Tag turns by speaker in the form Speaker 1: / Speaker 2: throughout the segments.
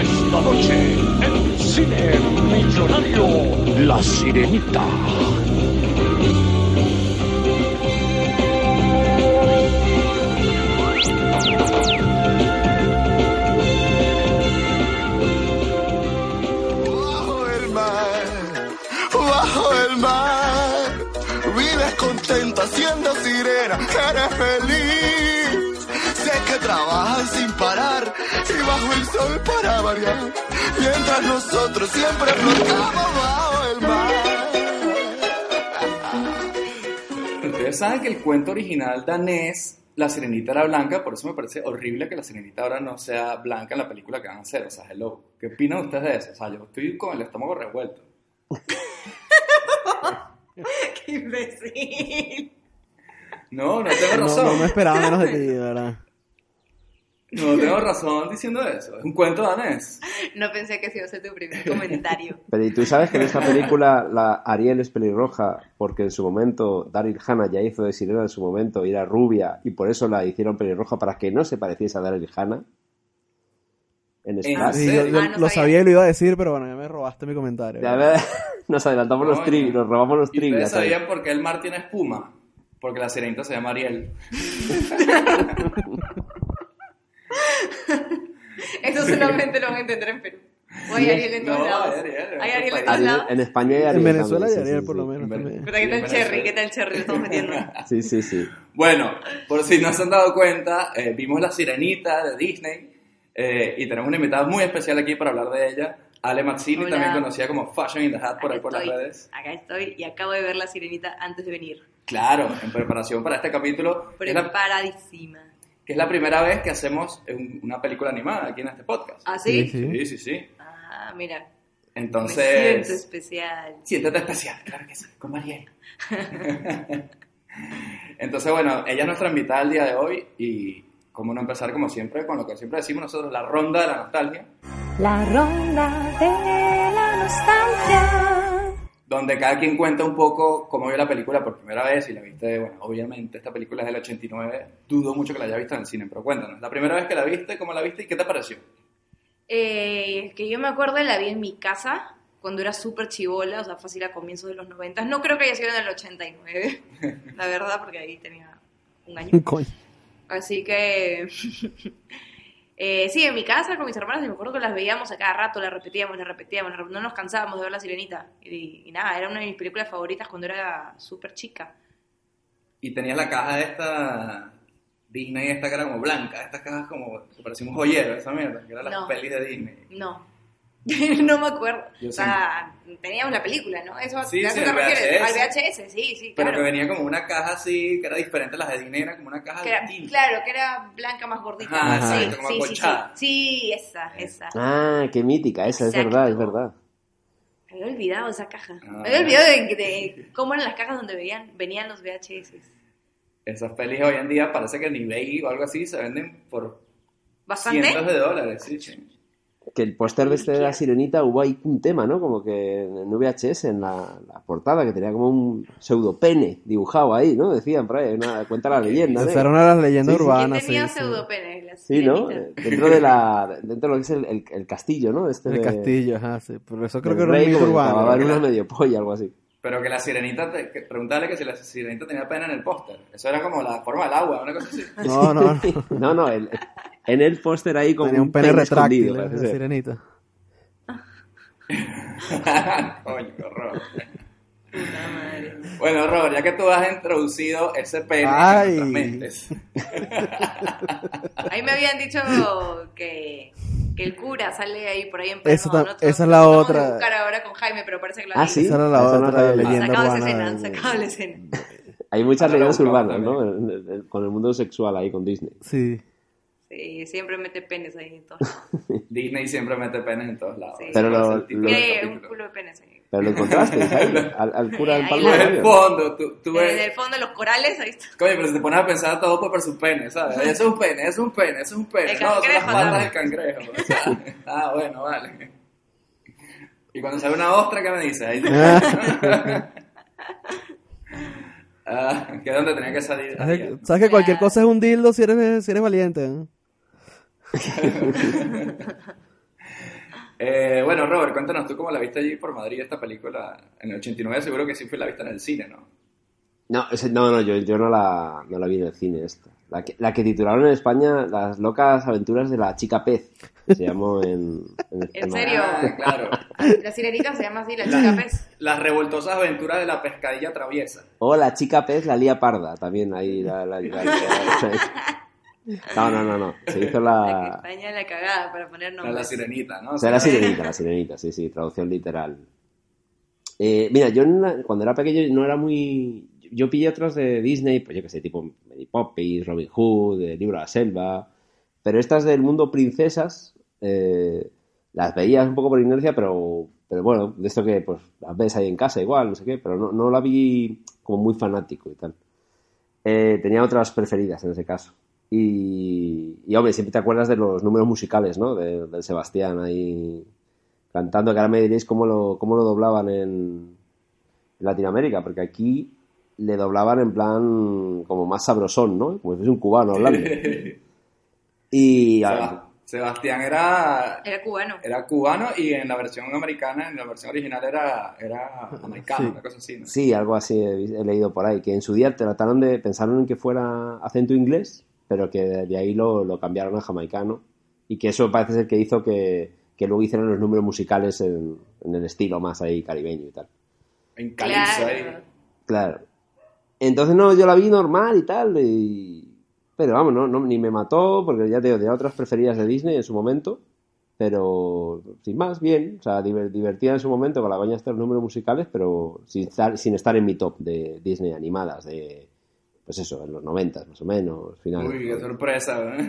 Speaker 1: Esta noche en Cine Millonario, La Sirenita.
Speaker 2: Bajo el mar, bajo el mar, vives contenta siendo sirena, eres feliz. Sé que trabajas sin parar y bajo el sol para variar, mientras nosotros siempre flotamos bajo el mar.
Speaker 3: Ustedes saben que el cuento original danés, la sirenita era blanca, por eso me parece horrible que la sirenita ahora no sea blanca en la película que van a hacer. O sea, hello. ¿Qué opinan ustedes de eso? O sea, yo estoy con el estómago revuelto.
Speaker 4: ¡Qué imbécil!
Speaker 3: No, no tengo
Speaker 5: No, no
Speaker 3: razón.
Speaker 5: me esperaba menos de ti, de verdad.
Speaker 3: No, tengo razón diciendo eso. Es un cuento danés.
Speaker 4: No pensé que iba a ser tu primer comentario.
Speaker 6: Pero y tú sabes que en esta película la Ariel es pelirroja porque en su momento Daryl Hannah ya hizo de sirena en su momento y era rubia y por eso la hicieron pelirroja para que no se pareciese a Daryl Hannah. En Splash.
Speaker 5: Sí, yo- yo
Speaker 4: Ah, no
Speaker 5: lo
Speaker 4: sabía.
Speaker 5: sabía y lo iba a decir, pero bueno, ya me robaste mi comentario.
Speaker 6: Ya ves, Nos adelantamos los
Speaker 3: Coño.
Speaker 6: tri, nos robamos los
Speaker 3: ¿Y ustedes
Speaker 6: trivias.
Speaker 3: sabían por qué el mar tiene espuma? Porque la sirenita se llama Ariel.
Speaker 4: Eso solamente lo van a entender en Perú. O hay Ariel en todos
Speaker 3: No,
Speaker 4: lados.
Speaker 3: hay Ariel,
Speaker 4: Hay Ariel en todos
Speaker 6: Ariel-
Speaker 4: lados.
Speaker 6: en España y Ariel.
Speaker 5: En Venezuela y
Speaker 6: también, sí,
Speaker 5: Ariel,
Speaker 6: sí,
Speaker 5: por
Speaker 6: sí.
Speaker 5: lo menos.
Speaker 3: Ver-
Speaker 5: también.
Speaker 4: ¿Verdad? ¿Qué
Speaker 3: Sí, Ah, en
Speaker 4: tal Cherry?
Speaker 3: Venezuela.
Speaker 4: ¿Qué tal Cherry? Lo estamos metiendo.
Speaker 6: Sí, sí, sí.
Speaker 3: Bueno, por si no se han dado cuenta, eh, vimos La Sirenita de Disney eh, y tenemos una invitada muy especial aquí para hablar de ella, Ale Maxini,
Speaker 4: Hola.
Speaker 3: también conocida como Fashion in the Hat por ahí
Speaker 4: Acá
Speaker 3: por las
Speaker 4: estoy,
Speaker 3: redes.
Speaker 4: acá estoy y acabo de ver la sirenita antes de venir. Claro.
Speaker 3: Claro, en preparación para este capítulo, que es, la,
Speaker 4: Preparadísima.
Speaker 3: que es la primera vez que hacemos un- una película animada aquí en este podcast.
Speaker 4: ¿Ah, sí?
Speaker 5: Sí, sí.
Speaker 3: sí, sí. sí.
Speaker 4: Ah, mira. Me siento
Speaker 3: Entonces,
Speaker 4: especial.
Speaker 3: siéntate especial, claro que sí, con Mariel. Entonces, bueno, ella es nuestra invitada el día de hoy y cómo no empezar como siempre con lo que siempre decimos nosotros, la ronda de la nostalgia.
Speaker 7: La ronda de la nostalgia.
Speaker 3: donde cada quien cuenta un poco cómo vio la película por primera vez y la viste, bueno, obviamente esta película es del 89, dudo mucho que la haya visto en el cine, pero cuéntanos, la primera vez que la viste, cómo la viste y qué te pareció.
Speaker 4: Eh, que yo me acuerdo, la vi en mi casa cuando era súper chivola, o sea, fácil a comienzos de los 90. No creo que haya sido en el 89, la verdad, porque ahí tenía un año.
Speaker 5: Coño.
Speaker 4: Así que. eh, sí, en mi casa con mis hermanas, y me acuerdo que las veíamos a cada rato, las repetíamos, las repetíamos, las rep- no nos cansábamos de ver La Sirenita. Y, y nada, era una de mis películas favoritas cuando era súper chica.
Speaker 3: Y tenías la caja de esta Disney, esta que era como blanca, estas cajas como, que parecía un joyero, esa mierda, que eran las
Speaker 4: No.
Speaker 3: pelis de Disney.
Speaker 4: No. no me acuerdo.
Speaker 3: Yo
Speaker 4: o sea, teníamos la película, ¿no? Eso,
Speaker 3: Sí,
Speaker 4: ¿a eso
Speaker 3: sí,
Speaker 4: te
Speaker 3: el
Speaker 4: refieres? Al
Speaker 3: VHS.
Speaker 4: VHS, sí, sí,
Speaker 3: Pero
Speaker 4: claro.
Speaker 3: que venía como una caja así, que era diferente a las de Disney, era como una caja
Speaker 4: Que era-
Speaker 3: distinta.
Speaker 4: claro, que era blanca más gordita.
Speaker 3: Ajá,
Speaker 4: sí,
Speaker 3: exacto, como
Speaker 4: sí, sí, sí,
Speaker 3: acolchada.
Speaker 4: Sí, esa, esa.
Speaker 6: Ah, qué mítica, esa es
Speaker 4: Exacto.
Speaker 6: verdad, es verdad.
Speaker 4: Me había olvidado esa caja.
Speaker 3: Ah.
Speaker 4: Me había olvidado de, de cómo eran las cajas donde veían, venían los VHS.
Speaker 3: Esas pelis hoy en día parece que en eBay o algo así se venden por
Speaker 4: Bastante.
Speaker 3: cientos de dólares, sí, sí.
Speaker 6: Que el póster de este de la sirenita hubo ahí un tema, ¿no? Como que en VHS, en la, la portada, que tenía como un pseudo pene dibujado ahí, ¿no? Decían, por ahí, una- cuenta la leyenda. ¿no?
Speaker 5: Esa era una de las leyendas
Speaker 6: Sí, sí.
Speaker 4: ¿Quién
Speaker 5: urbanas.
Speaker 4: tenía
Speaker 5: sí, sí.
Speaker 4: pseudopenes? La
Speaker 6: Sí, ¿no?
Speaker 4: sirenita.
Speaker 6: Eh, Dentro de la dentro de lo que es el, el- el castillo, ¿no? Este
Speaker 5: El
Speaker 6: de-
Speaker 5: castillo, ajá, sí. Por eso creo
Speaker 6: del
Speaker 5: que era un
Speaker 6: rey,
Speaker 5: mito
Speaker 6: como que
Speaker 5: urbano.
Speaker 6: acababa en
Speaker 5: ¿verdad?
Speaker 6: una medio polla, algo así.
Speaker 3: Pero que la sirenita, te, que, preguntarle que si la sirenita tenía pena en el póster. Eso era como la forma del agua, una cosa así.
Speaker 5: No, no, no.
Speaker 6: No, no, el- en el póster ahí como
Speaker 5: Tenía un pene
Speaker 6: escondido,
Speaker 5: retráctil, ¿eh? la
Speaker 6: parece ser.
Speaker 5: sirenita.
Speaker 3: Coño, qué horror. Bueno, Robert, ya que tú has introducido ese pene
Speaker 5: Ay.
Speaker 3: en nuestras mentes.
Speaker 4: A mí me habían dicho que Que el cura sale ahí por ahí en
Speaker 5: Eso
Speaker 4: Palma,
Speaker 5: tam-
Speaker 4: ¿no? Otro-
Speaker 5: esa es la
Speaker 4: vamos a
Speaker 5: otra.
Speaker 4: buscar ahora con Jaime, pero parece que lo
Speaker 6: Ah, sí.
Speaker 5: Esa era la
Speaker 6: Esa no
Speaker 5: otra
Speaker 6: sabía.
Speaker 5: leyenda
Speaker 4: Sacado esa
Speaker 5: urbana
Speaker 4: escena, han
Speaker 5: de-
Speaker 4: sacado la escena.
Speaker 6: Hay muchas
Speaker 5: Ah,
Speaker 3: Ahora lo
Speaker 6: leyendas
Speaker 3: buscamos
Speaker 6: urbanas, ¿no? En- en- en- Con el mundo sexual ahí con Disney.
Speaker 5: Sí.
Speaker 4: Sí, siempre mete penes ahí en todo.
Speaker 3: Disney siempre mete penes en todos lados.
Speaker 4: Sí.
Speaker 6: Pero
Speaker 3: Ese es
Speaker 6: lo-
Speaker 3: el título
Speaker 6: lo-
Speaker 3: del
Speaker 4: Sí, un
Speaker 3: capítulo.
Speaker 4: culo de penes ahí.
Speaker 6: Pero lo encontraste, Jaime, al, al cura del
Speaker 4: Ahí
Speaker 6: Palma
Speaker 4: la-
Speaker 6: de
Speaker 3: Desde el
Speaker 6: Mario.
Speaker 3: fondo, tú, tú ves.
Speaker 4: Desde el fondo de los corales, ahí está.
Speaker 3: Coño, pero si te pones a pensar todo pues, por su pene, ¿sabes? Eso es un pene, eso es un pene, eso es un pene.
Speaker 4: El
Speaker 3: no, son las
Speaker 4: cangrejo
Speaker 3: patas
Speaker 4: también.
Speaker 3: del cangrejo. o sea, ah, bueno, vale. Y cuando sale una ostra, ¿qué me dices? Ahí- ah, que es donde tenía que salir.
Speaker 5: ¿Sabes
Speaker 3: Ariel.
Speaker 5: Ah, que- sabes que cualquier cosa es un dildo si eres, si eres valiente? ¿eh?
Speaker 3: Eh, bueno, Robert, cuéntanos, ¿tú cómo la viste allí por Madrid esta película? En el 89 seguro que sí fue la vista en el cine, ¿no?
Speaker 6: No, ese- no, no, yo, yo no, la, no la vi en el cine esta. La que, la que titularon en España Las locas aventuras de la chica pez. que se llamó en... ¿En,
Speaker 4: ¿En
Speaker 6: España.
Speaker 4: serio?
Speaker 3: Ah, claro.
Speaker 4: La sirenita se llama así, la chica pez.
Speaker 3: Las revoltosas aventuras de la pescadilla traviesa.
Speaker 6: O la chica pez, la lía parda, también ahí. La, la- la- la- la- No, no, no, no. Se hizo
Speaker 4: La que
Speaker 6: la...
Speaker 4: España la cagada para poner
Speaker 3: Ah. La, la
Speaker 4: nombres.
Speaker 3: sirenita, ¿no?
Speaker 6: O sea, la sirenita, la sirenita, sí, sí, traducción literal. Eh, mira, yo en la- cuando era pequeño no era muy... Yo pillé otros de Disney, pues yo qué sé, tipo Mary Poppins, Robin Hood, El Libro de la Selva, pero estas del mundo princesas eh, las veías un poco por inercia, pero, pero bueno, de esto que pues las ves ahí en casa igual, no sé qué, pero no, no la vi como muy fanático y tal. Eh, tenía otras preferidas en ese caso. Y, y, hombre, siempre te acuerdas de los números musicales, ¿no? De- del Sebastián ahí cantando, que ahora me diréis cómo lo, cómo lo doblaban en, en Latinoamérica, porque aquí le doblaban en plan como más sabrosón, ¿no? Como si fuese un cubano hablando. Y
Speaker 3: Seba- Sebastián era,
Speaker 4: Era cubano.
Speaker 3: era cubano y en la versión americana, en la versión original era, era americano, una cosa así, ¿no?
Speaker 6: Sí, algo así he, he leído por ahí, que en su día trataron de, pensaron en que fuera acento inglés, pero que de, de ahí lo, lo cambiaron a jamaicano, y que eso parece ser que hizo que, que luego hicieran los números musicales en, en el estilo más ahí caribeño y tal.
Speaker 3: En pues, Calipso ahí.
Speaker 4: Claro.
Speaker 6: Claro. Entonces, no, yo la vi normal y tal, y... pero vamos, no, no, ni me mató, porque ya te digo, tenía otras preferidas de Disney en su momento, pero sin más, bien, o sea, diver- divertida en su momento con la coña estos números musicales, pero sin estar, sin estar en mi top de Disney animadas, de, pues eso, en los 90 más o menos, final.
Speaker 3: Uy, qué sorpresa, ¿no?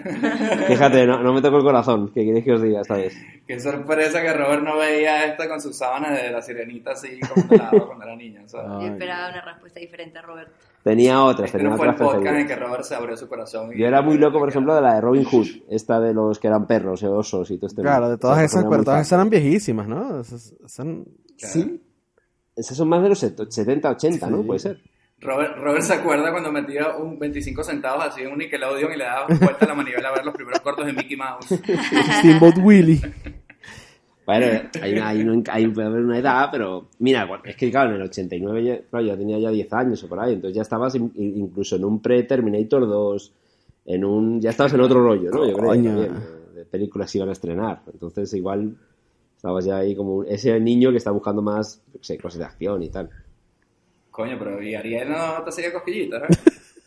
Speaker 6: Fíjate, no, no me tocó el corazón, que queréis que os diga esta vez.
Speaker 3: Qué sorpresa que Robert no veía esta con sus sábanas de la sirenita así como te la daba cuando era niña, ¿sabes?
Speaker 4: Yo esperaba una respuesta diferente, Robert.
Speaker 6: Tenía otras,
Speaker 3: Este
Speaker 6: tenía
Speaker 3: no fue el
Speaker 6: otras
Speaker 3: podcast en
Speaker 6: preferidas.
Speaker 3: el que Robert se abrió su corazón. y-
Speaker 6: Yo era muy loco, por ejemplo, de la de Robin Hood, esta de los que eran perros y osos y todo este
Speaker 5: Claro, de todas
Speaker 6: Esa
Speaker 5: esas,
Speaker 6: era muy
Speaker 5: pero todas esas
Speaker 6: fan.
Speaker 5: eran viejísimas, ¿no? Esas- esas-
Speaker 3: Claro.
Speaker 6: Sí. Esas son más de los set- 70, 80, ¿no?
Speaker 5: Sí.
Speaker 6: Puede ser.
Speaker 3: Robert, Robert se acuerda cuando metía un 25 centavos así en un Nickelodeon y le daba vuelta a la manivela a ver los primeros cortos de Mickey Mouse.
Speaker 5: Steamboat Willie.
Speaker 6: Bueno, hay una, hay una- hay- puede haber una edad, pero mira, bueno, es que claro, en el 89 ya, claro, yo tenía ya 10 años o por ahí, entonces ya estabas in- in- incluso en un pre-Terminator 2, en un, ya estabas en otro rollo, ¿no? Yo creo
Speaker 5: Coño.
Speaker 6: también, eh, de- de películas que iban a estrenar, entonces igual estabas ya ahí como un- ese niño que está buscando más, yo qué sé, cosas de acción y tal.
Speaker 3: Coño, pero y Ariel no te sigue cosquillitas, ¿eh?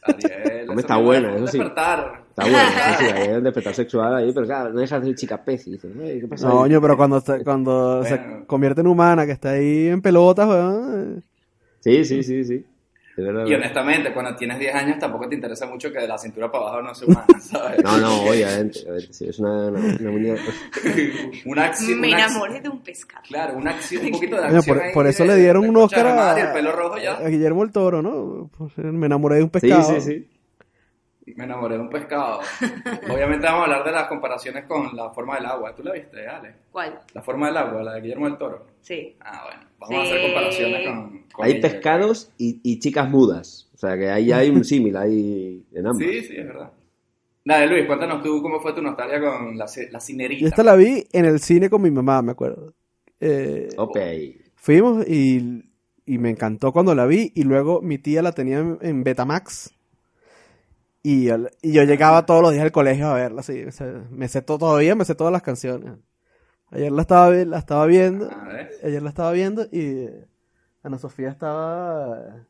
Speaker 3: Ariel.
Speaker 6: Hombre,
Speaker 3: eso
Speaker 6: está
Speaker 3: no
Speaker 6: bueno,
Speaker 3: es
Speaker 6: eso sí.
Speaker 3: Despertar.
Speaker 6: Está bueno, sí, sí, hay un despertar sexual ahí, pero claro, no deja de ser chica pez y dices, "Ay, ¿qué pasa?
Speaker 5: No,
Speaker 6: ahí?".
Speaker 5: coño, pero cuando, está- cuando
Speaker 3: Bueno.
Speaker 5: se convierte en humana, que está ahí en pelotas, weón. eh,
Speaker 6: Sí, sí, sí, sí. De verdad.
Speaker 3: Y honestamente, cuando tienes 10 años tampoco te interesa mucho que de la cintura para abajo no se humana, ¿sabes?
Speaker 6: No, no, obviamente. obviamente, sí, es una, una, una muñeca.
Speaker 3: Una acción.
Speaker 4: Me
Speaker 3: una acci-
Speaker 4: enamoré de un pescado.
Speaker 3: Claro, una acción, un poquito de
Speaker 5: Coño,
Speaker 3: acción.
Speaker 5: por,
Speaker 3: ahí
Speaker 5: por eso
Speaker 3: de-
Speaker 5: le dieron
Speaker 3: de
Speaker 5: un
Speaker 3: concha de
Speaker 5: Oscar
Speaker 3: la
Speaker 5: a, eh,
Speaker 3: madre, el pelo rojo ya.
Speaker 5: a Guillermo el Toro, ¿no? Pues, me enamoré de un
Speaker 6: Sí,
Speaker 5: pescado.
Speaker 6: sí, sí.
Speaker 3: Me enamoré de un pescado. Obviamente vamos a hablar de las comparaciones con la forma del agua. ¿Tú la viste, Ale?
Speaker 4: ¿Cuál?
Speaker 3: La forma del agua, la de Guillermo del Toro.
Speaker 4: Sí.
Speaker 3: Ah, bueno. Vamos a hacer
Speaker 4: Sí.
Speaker 3: comparaciones con... con
Speaker 6: Hay
Speaker 3: ella.
Speaker 6: pescados y, y chicas mudas. O sea, que ahí hay un símil ahí en ambas.
Speaker 3: Sí, sí, es verdad. Dale, Luis, cuéntanos tú cómo fue tu nostalgia con la, ci- la
Speaker 5: Yo
Speaker 3: cinerita.
Speaker 5: esta la vi en el cine con mi mamá, me acuerdo. Eh,
Speaker 6: Ok.
Speaker 5: Fuimos y, y me encantó cuando la vi. Y luego mi tía la tenía en, en Betamax. Y, al- y yo llegaba todos los días al colegio a verla. Sí, o sea, me sé to- todavía, me sé todas las canciones. Ayer la estaba, vi- la estaba viendo.
Speaker 3: A ver.
Speaker 5: Ayer la estaba viendo y Ana Sofía estaba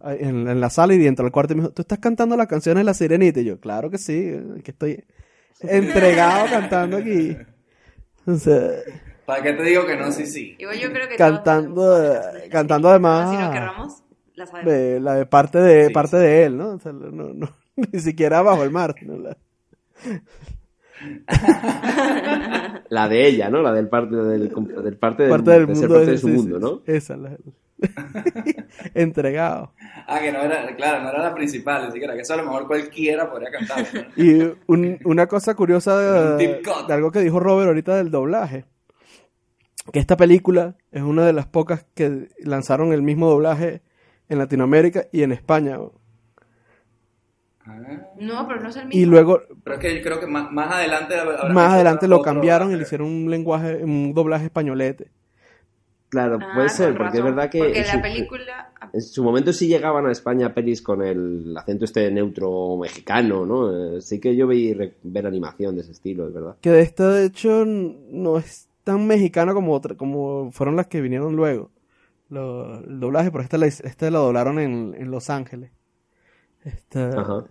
Speaker 5: ahí en, en la sala y dentro del cuarto y me dijo, ¿tú estás cantando las canciones de La Sirenita? Y yo, claro que sí, que estoy entregado cantando aquí. O sea,
Speaker 3: ¿Para qué te digo que no? Sí, sí.
Speaker 4: Igual yo creo que
Speaker 5: Cantando,
Speaker 4: todos sabemos cuáles son
Speaker 5: eh,
Speaker 4: las
Speaker 5: cantando
Speaker 4: películas,
Speaker 5: además-
Speaker 4: Si no querramos, la sabemos.
Speaker 5: de, la de parte de
Speaker 3: Sí,
Speaker 5: parte
Speaker 3: sí.
Speaker 5: de él, ¿no? O sea, no- no- ni siquiera bajo el mar. ¿no? La-
Speaker 6: La de ella, ¿no? La del parte del, del parte del,
Speaker 5: parte del
Speaker 6: de
Speaker 5: mundo.
Speaker 6: ser parte de
Speaker 5: ese,
Speaker 6: su
Speaker 5: sí,
Speaker 6: mundo,
Speaker 5: sí,
Speaker 6: ¿no?
Speaker 5: sí, Esa la- Entregado.
Speaker 3: Ah, que no era, claro, no era la principal, ni siquiera, que eso a lo mejor cualquiera podría cantar. ¿no?
Speaker 5: Y un- una cosa curiosa
Speaker 3: Un
Speaker 5: de,
Speaker 3: deep cut.
Speaker 5: de algo que dijo Robert ahorita del doblaje. Que esta película es una de las pocas que lanzaron el mismo doblaje en Latinoamérica y en España. ¿no?
Speaker 3: Ah,
Speaker 4: No, pero no es el mismo.
Speaker 5: Y luego
Speaker 3: Pero es que yo creo que más, más adelante. habrá-
Speaker 5: más adelante lo
Speaker 3: otro
Speaker 5: cambiaron y le
Speaker 3: doblaje.
Speaker 5: hicieron un lenguaje, un doblaje españolete.
Speaker 6: Claro,
Speaker 4: Ah,
Speaker 6: puede
Speaker 4: con
Speaker 6: ser, porque es
Speaker 4: razón.
Speaker 6: verdad que
Speaker 4: Porque
Speaker 6: en,
Speaker 4: la
Speaker 6: su,
Speaker 4: película.
Speaker 6: en su momento sí llegaban a España pelis con el acento este neutro mexicano, ¿no? Eh, Sí que yo vi re- ver animación de ese estilo, es verdad.
Speaker 5: Que de esta, de hecho, n- no es tan mexicano como, otra- como fueron las que vinieron luego. Lo- el doblaje, pero esta la, hic- esta la doblaron en, en Los Ángeles. Esta-
Speaker 6: Ajá.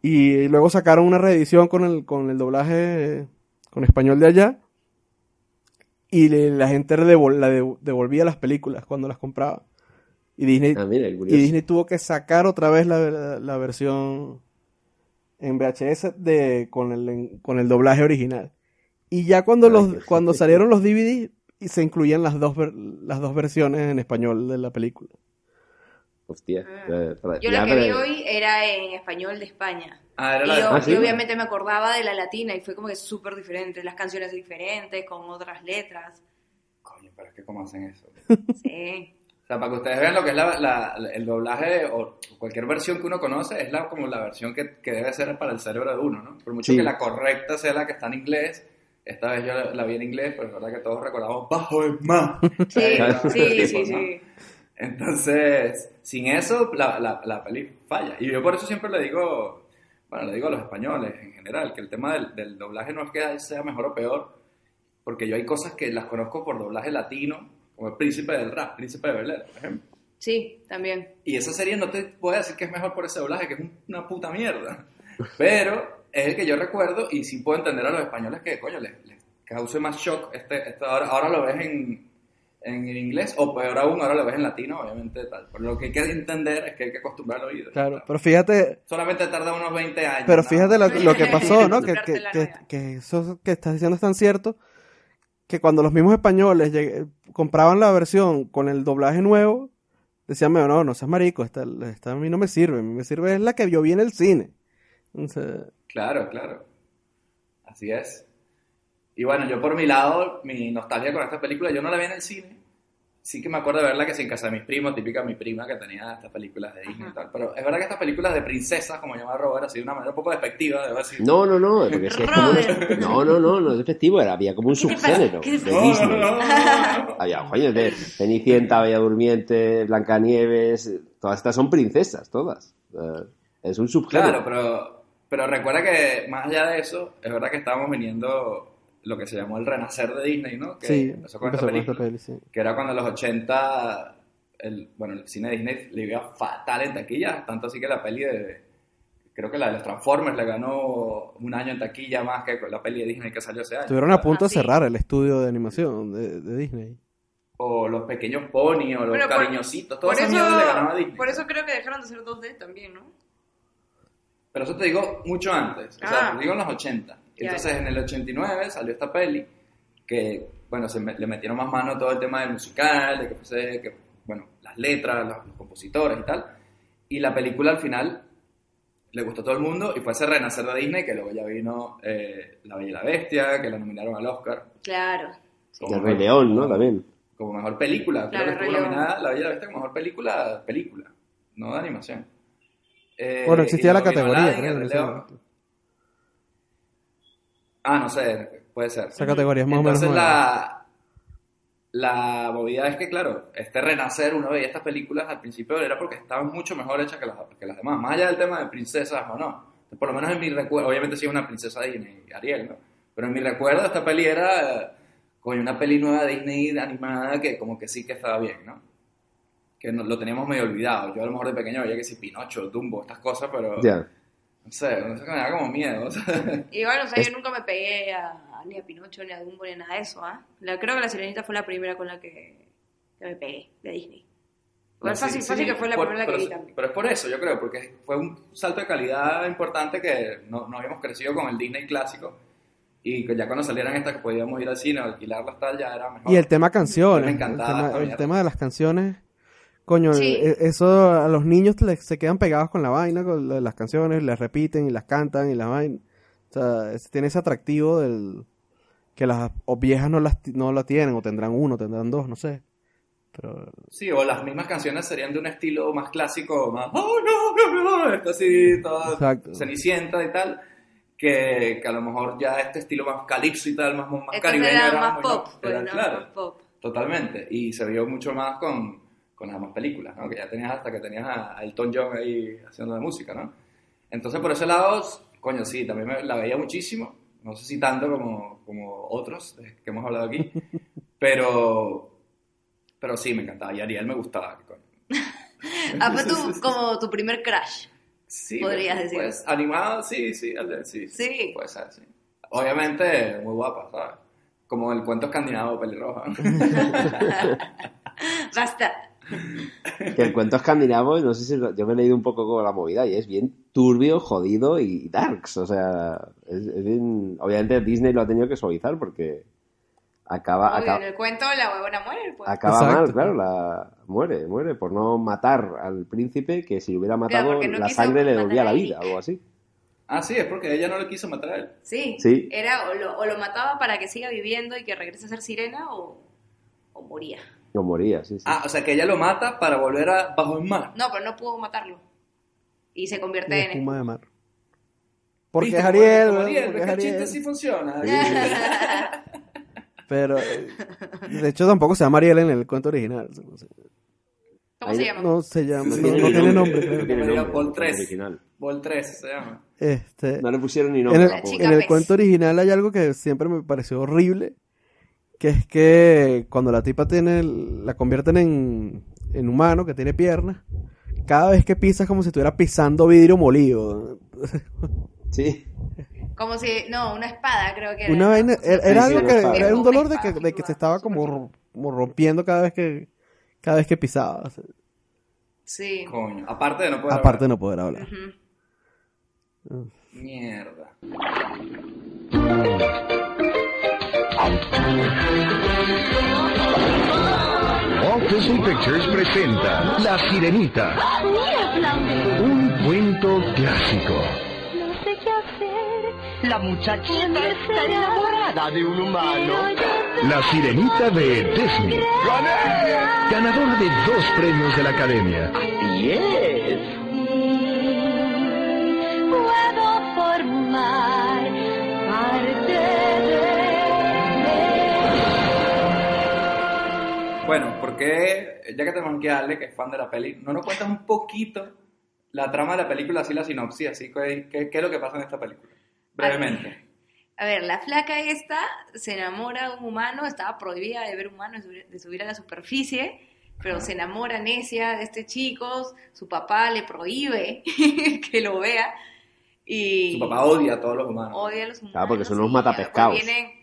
Speaker 5: Y luego sacaron una reedición con el, con el doblaje eh, con español de allá. Y le- la gente devol- la de- devolvía las películas cuando las compraba. Y Disney,
Speaker 6: Ah, mira, qué
Speaker 5: y
Speaker 6: curioso.
Speaker 5: Disney tuvo que sacar otra vez la, la- la versión en VHS de, con, el, con el doblaje original. Y ya cuando,
Speaker 6: Ay,
Speaker 5: los,
Speaker 6: qué-
Speaker 5: cuando salieron los DVDs, y se incluían las dos, ver- las dos versiones en español de la película.
Speaker 6: Hostia.
Speaker 4: Ah.
Speaker 6: eh, para-
Speaker 4: Yo
Speaker 6: ya,
Speaker 4: la que
Speaker 6: pero-
Speaker 4: vi hoy era en español de España.
Speaker 3: Ah, era
Speaker 4: Y,
Speaker 3: la de-
Speaker 4: yo-
Speaker 6: Ah, sí.
Speaker 4: y obviamente me acordaba de la latina y fue como que súper diferente. Las canciones diferentes, con otras letras.
Speaker 3: Coño, pero es que cómo hacen eso.
Speaker 4: Sí.
Speaker 3: O sea, para que ustedes vean lo que es la, la- la- el doblaje o cualquier versión que uno conoce, es la, como la versión que, que debe ser para el cerebro de uno, ¿no? Por mucho
Speaker 6: Sí.
Speaker 3: que la correcta sea la que está en inglés, esta vez yo la, la vi en inglés, pero es verdad que todos recordamos bajo el mar.
Speaker 4: Sí,
Speaker 6: Claro.
Speaker 4: sí, sí,
Speaker 3: Tipo, ¿no?
Speaker 4: sí.
Speaker 3: Entonces, sin eso, la, la, la peli falla. Y yo por eso siempre le digo, bueno, le digo a los españoles en general, que el tema del, del doblaje no es que sea mejor o peor, porque yo hay cosas que las conozco por doblaje latino, como el Príncipe del Rap, Príncipe de Belén, por ejemplo.
Speaker 4: Sí, también.
Speaker 3: Y esa serie no te voy a decir que es mejor por ese doblaje, que es un- una puta mierda. Pero es el que yo recuerdo y sí puedo entender a los españoles que, coño, les, les cause más shock. Este, este- ahora, ahora lo ves en, en inglés o peor aún, ahora lo ves en latino, obviamente tal. Pero lo que hay que entender es que hay que acostumbrar al oído.
Speaker 5: Claro, pero fíjate,
Speaker 3: Solamente tarda unos 20 años.
Speaker 5: Pero
Speaker 3: nada
Speaker 5: fíjate lo,
Speaker 3: más.
Speaker 5: lo que pasó, ¿no? Que,
Speaker 4: Comprarte
Speaker 5: que,
Speaker 4: la
Speaker 5: que,
Speaker 4: nueva.
Speaker 5: que eso que estás diciendo es tan cierto que cuando los mismos españoles lleg- compraban la versión con el doblaje nuevo, decían, "Bueno, no, no seas marico, esta, esta a mí no me sirve, a mí me sirve es la que yo vi en el cine. Entonces,
Speaker 3: Claro, claro. Así es. Y bueno, yo por mi lado, mi nostalgia con esta película, yo no la vi en el cine. Sí que me acuerdo de verla que sí en casa de mis primos, típica mi prima que tenía estas películas de Disney y
Speaker 4: Ajá.
Speaker 3: tal. Pero es verdad que estas películas de princesas, como llamaba Robert, así de una manera un poco despectiva, debo decir.
Speaker 6: No, no, no, porque es que es como un-
Speaker 4: Robert.
Speaker 6: No, no, no, no es festivo, era, había como un
Speaker 4: ¿Qué te pasa?
Speaker 6: subgénero
Speaker 4: ¿Qué
Speaker 6: de
Speaker 4: te pasa?
Speaker 3: no,
Speaker 6: Disney.
Speaker 3: no, no, no, no.
Speaker 6: Había, coño, de Cenicienta, Bella Durmiente, Blancanieves, eh, todas estas son princesas, todas. Eh, es un subgénero.
Speaker 3: Claro, pero, pero recuerda que más allá de eso, es verdad que estábamos viniendo lo que se llamó el renacer de Disney, ¿no? Que
Speaker 5: sí,
Speaker 3: empezó con
Speaker 5: empezó
Speaker 3: esta
Speaker 5: con esta
Speaker 3: película.
Speaker 5: peli, sí.
Speaker 3: que era cuando en los 80, el, bueno, el cine de Disney le iba fatal en taquilla, tanto así que la peli de, creo que la de los Transformers le ganó un año en taquilla más que la peli de Disney que salió ese año.
Speaker 5: Estuvieron a punto
Speaker 4: Ah,
Speaker 5: de
Speaker 4: sí.
Speaker 5: cerrar el estudio de animación de, de Disney.
Speaker 3: O los pequeños pony, o los
Speaker 4: Pero por-
Speaker 3: cariñositos, toda
Speaker 4: Por
Speaker 3: esa mierda le ganaba a
Speaker 4: eso,
Speaker 3: Disney.
Speaker 4: por eso creo que dejaron de ser 2D también, ¿no?
Speaker 3: Pero eso te digo mucho antes, o
Speaker 4: Ah.
Speaker 3: sea, te digo en los 80.
Speaker 4: Ya,
Speaker 3: Entonces
Speaker 4: ya.
Speaker 3: en el 89 salió esta peli que, bueno, se me- le metieron más mano a todo el tema del musical, de que, fuese- que, bueno, las letras, los, los compositores y tal. Y la película al final le gustó a todo el mundo y fue ese renacer de Disney que luego ya vino eh, La Bella y la Bestia, que la nominaron al Oscar.
Speaker 4: Claro.
Speaker 6: Y el Rey León, ¿no? También.
Speaker 3: Como mejor película.
Speaker 4: Claro,
Speaker 3: Creo que
Speaker 4: Rey
Speaker 3: estuvo
Speaker 4: León.
Speaker 3: nominada La Bella y la Bestia como mejor película, película, no de animación. Eh,
Speaker 5: Bueno,
Speaker 3: y
Speaker 5: existía la
Speaker 3: luego vino
Speaker 5: categoría,
Speaker 3: Aladdin,
Speaker 5: creo,
Speaker 3: El
Speaker 5: en
Speaker 3: Rey
Speaker 5: ese
Speaker 3: León.
Speaker 5: momento.
Speaker 3: Ah, no sé, puede ser.
Speaker 5: Esa categoría es más
Speaker 3: Entonces
Speaker 5: o menos nueva.
Speaker 3: la, la movida es que, claro, este renacer, uno veía estas películas al principio era porque estaban mucho mejor hechas que las, que las demás, más allá del tema de princesas o no. Por lo menos en mi recuerdo, obviamente sí es una princesa Disney, Ariel, ¿no? Pero en mi recuerdo esta peli era con una peli nueva Disney animada que como que sí que estaba bien, ¿no? Que no- lo teníamos medio olvidado. Yo a lo mejor de pequeño veía que si Pinocho, Dumbo, estas cosas, pero
Speaker 6: Ya.
Speaker 3: no sé, no sé, me da como miedo. o sea.
Speaker 4: Igual, o sea, yo nunca me pegué a, a a, ni a Pinocho, ni a Dumbo, ni a nada de eso, ¿ah? La- creo que La Sirenita fue la primera con la que, que me pegué, de Disney. Igual
Speaker 3: Sí,
Speaker 4: fácil,
Speaker 3: sí,
Speaker 4: fácil que fue la
Speaker 3: por-
Speaker 4: primera que
Speaker 3: pero,
Speaker 4: vi también.
Speaker 3: Pero es por eso, yo creo, porque fue un salto de calidad importante que no, no habíamos crecido con el Disney clásico. Y que ya cuando salieran estas que podíamos ir al cine, alquilarlas, tal, ya era mejor.
Speaker 5: Y el tema canciones.
Speaker 3: Me
Speaker 5: El
Speaker 3: encantaba
Speaker 5: tema,
Speaker 3: esta
Speaker 5: el
Speaker 3: mierda.
Speaker 5: tema de las canciones. Coño,
Speaker 4: Sí.
Speaker 5: e- eso a los niños les- se quedan pegados con la vaina, con lo de las canciones, las repiten y las cantan y las vaina. O sea, es- tiene ese atractivo del que las o viejas no las ti- no la tienen o tendrán uno, tendrán dos, no sé. Pero
Speaker 3: Sí, o las mismas canciones serían de un estilo más clásico, más, oh no, no, no, esto así, toda
Speaker 5: Exacto.
Speaker 3: cenicienta y tal, que, que a lo mejor ya este estilo más calipso y tal, más, más
Speaker 4: Entonces
Speaker 3: caribeño
Speaker 4: Este era
Speaker 3: era
Speaker 4: más
Speaker 3: muy-
Speaker 4: pop, pues,
Speaker 3: era,
Speaker 4: bueno,
Speaker 3: claro,
Speaker 4: más pop.
Speaker 3: totalmente, y se vio mucho más con, con las demás películas, ¿no? que ya tenías hasta que tenías a, a Elton John ahí haciendo la música, ¿no? Entonces por ese lado, coño, sí, también me- la veía muchísimo, no sé si tanto como, como otros eh, que hemos hablado aquí, pero, pero sí, me encantaba, y Ariel me gustaba, que coño.
Speaker 4: Ah, fue tu, como tu primer crash.
Speaker 3: Sí,
Speaker 4: Podrías decir.
Speaker 3: Pues, animado, sí, sí, Ale, sí, sí,
Speaker 4: Sí.
Speaker 3: Puede ser, sí. Obviamente, muy guapa, ¿sabes? Como el cuento escandinavo pelirroja.
Speaker 4: Basta.
Speaker 6: Que el cuento escandinavo, no sé si lo- yo me he leído un poco como la movida y es bien turbio, jodido y darks. O sea, es, es bien. Obviamente Disney lo ha tenido que suavizar porque acaba,
Speaker 4: Obvio, en
Speaker 6: acaba,
Speaker 4: el cuento la huevona muere, pues.
Speaker 6: acaba
Speaker 5: Exacto.
Speaker 6: mal, claro. La, muere, muere por no matar al príncipe que si lo hubiera matado
Speaker 4: porque no
Speaker 6: la
Speaker 4: quiso
Speaker 6: sangre le
Speaker 4: matar
Speaker 6: dolía
Speaker 4: a
Speaker 6: la
Speaker 4: Eric.
Speaker 6: vida, algo así.
Speaker 3: ah, sí, es porque ella no le quiso matar a él.
Speaker 4: Sí.
Speaker 6: Sí.
Speaker 4: Era o lo, o lo mataba para que siga viviendo y que regrese a ser sirena o, o moría.
Speaker 6: No moría, sí, sí.
Speaker 3: Ah, o sea, que ella lo mata para volver a bajo el mar.
Speaker 4: No, pero no pudo matarlo. Y se convierte
Speaker 5: y
Speaker 4: en...
Speaker 5: espuma de mar. Porque
Speaker 3: ¿Viste?
Speaker 5: es Ariel,
Speaker 3: Como
Speaker 5: ¿verdad?
Speaker 3: Ariel,
Speaker 5: Porque
Speaker 3: ¿ves
Speaker 5: es
Speaker 3: que el chiste
Speaker 5: Ariel.
Speaker 3: sí funciona?
Speaker 5: Pero eh, de hecho tampoco se llama Ariel en el cuento original. No, sé.
Speaker 4: ¿Cómo
Speaker 6: Ahí
Speaker 4: se llama?
Speaker 5: No se llama, no,
Speaker 6: Sí,
Speaker 5: no
Speaker 6: sí,
Speaker 5: tiene
Speaker 6: sí.
Speaker 5: nombre. creo.
Speaker 6: No tiene
Speaker 3: Como diría
Speaker 6: nombre,
Speaker 3: Paul
Speaker 6: el
Speaker 3: tres.
Speaker 6: original.
Speaker 3: Ball 3 se llama.
Speaker 5: Este,
Speaker 6: No le pusieron ni nombre.
Speaker 5: En el-
Speaker 6: la pobre.
Speaker 4: chica
Speaker 5: en el
Speaker 4: pez.
Speaker 5: cuento original hay algo que siempre me pareció horrible, que es que cuando la tipa tiene, el- la convierten en, en humano, que tiene piernas, cada vez que pisa es como si estuviera pisando vidrio molido.
Speaker 6: Sí.
Speaker 4: Como si... No, una espada creo que era.
Speaker 5: Una
Speaker 4: ¿no?
Speaker 5: vaina,
Speaker 4: Como si-
Speaker 5: era,
Speaker 6: Sí,
Speaker 5: era
Speaker 6: sí,
Speaker 5: algo
Speaker 6: una
Speaker 5: que,
Speaker 6: espada.
Speaker 5: era un
Speaker 4: Como
Speaker 5: dolor de
Speaker 4: una
Speaker 5: que,
Speaker 4: espada,
Speaker 5: de que se estaba
Speaker 4: súper
Speaker 5: como,
Speaker 4: chiquita.
Speaker 5: ro- como rompiendo cada vez que, cada vez que pisaba. o sea,
Speaker 4: Sí.
Speaker 3: Coño. Aparte de no poder
Speaker 5: aparte de
Speaker 3: hablar.
Speaker 5: no poder hablar.
Speaker 4: Ujú.
Speaker 3: Mierda.
Speaker 8: Motion Pictures presenta La Sirenita. Un cuento clásico.
Speaker 7: No sé qué hacer.
Speaker 9: La muchachita está enamorada de un humano.
Speaker 8: La Sirenita de Disney. Ganadora de dos premios de la Academia.
Speaker 9: Yes.
Speaker 7: Mm, Puedo formar parte de.
Speaker 3: Bueno, porque ya que tenemos aquí a Ale, que es fan de la peli, ¿no nos cuentas un poquito la trama de la película, así la sinopsis, así que- qué, qué es lo que pasa en esta película? Brevemente.
Speaker 4: A ver, la flaca esta se enamora de un humano, estaba prohibida de ver humanos, de subir- de subir a la superficie, pero se enamora necia de este chico, su papá le prohíbe que lo vea y
Speaker 3: Su papá odia a todos los humanos.
Speaker 4: odia a los humanos.
Speaker 6: Claro, porque son unos
Speaker 4: y
Speaker 6: matapescaos.
Speaker 4: después vienen-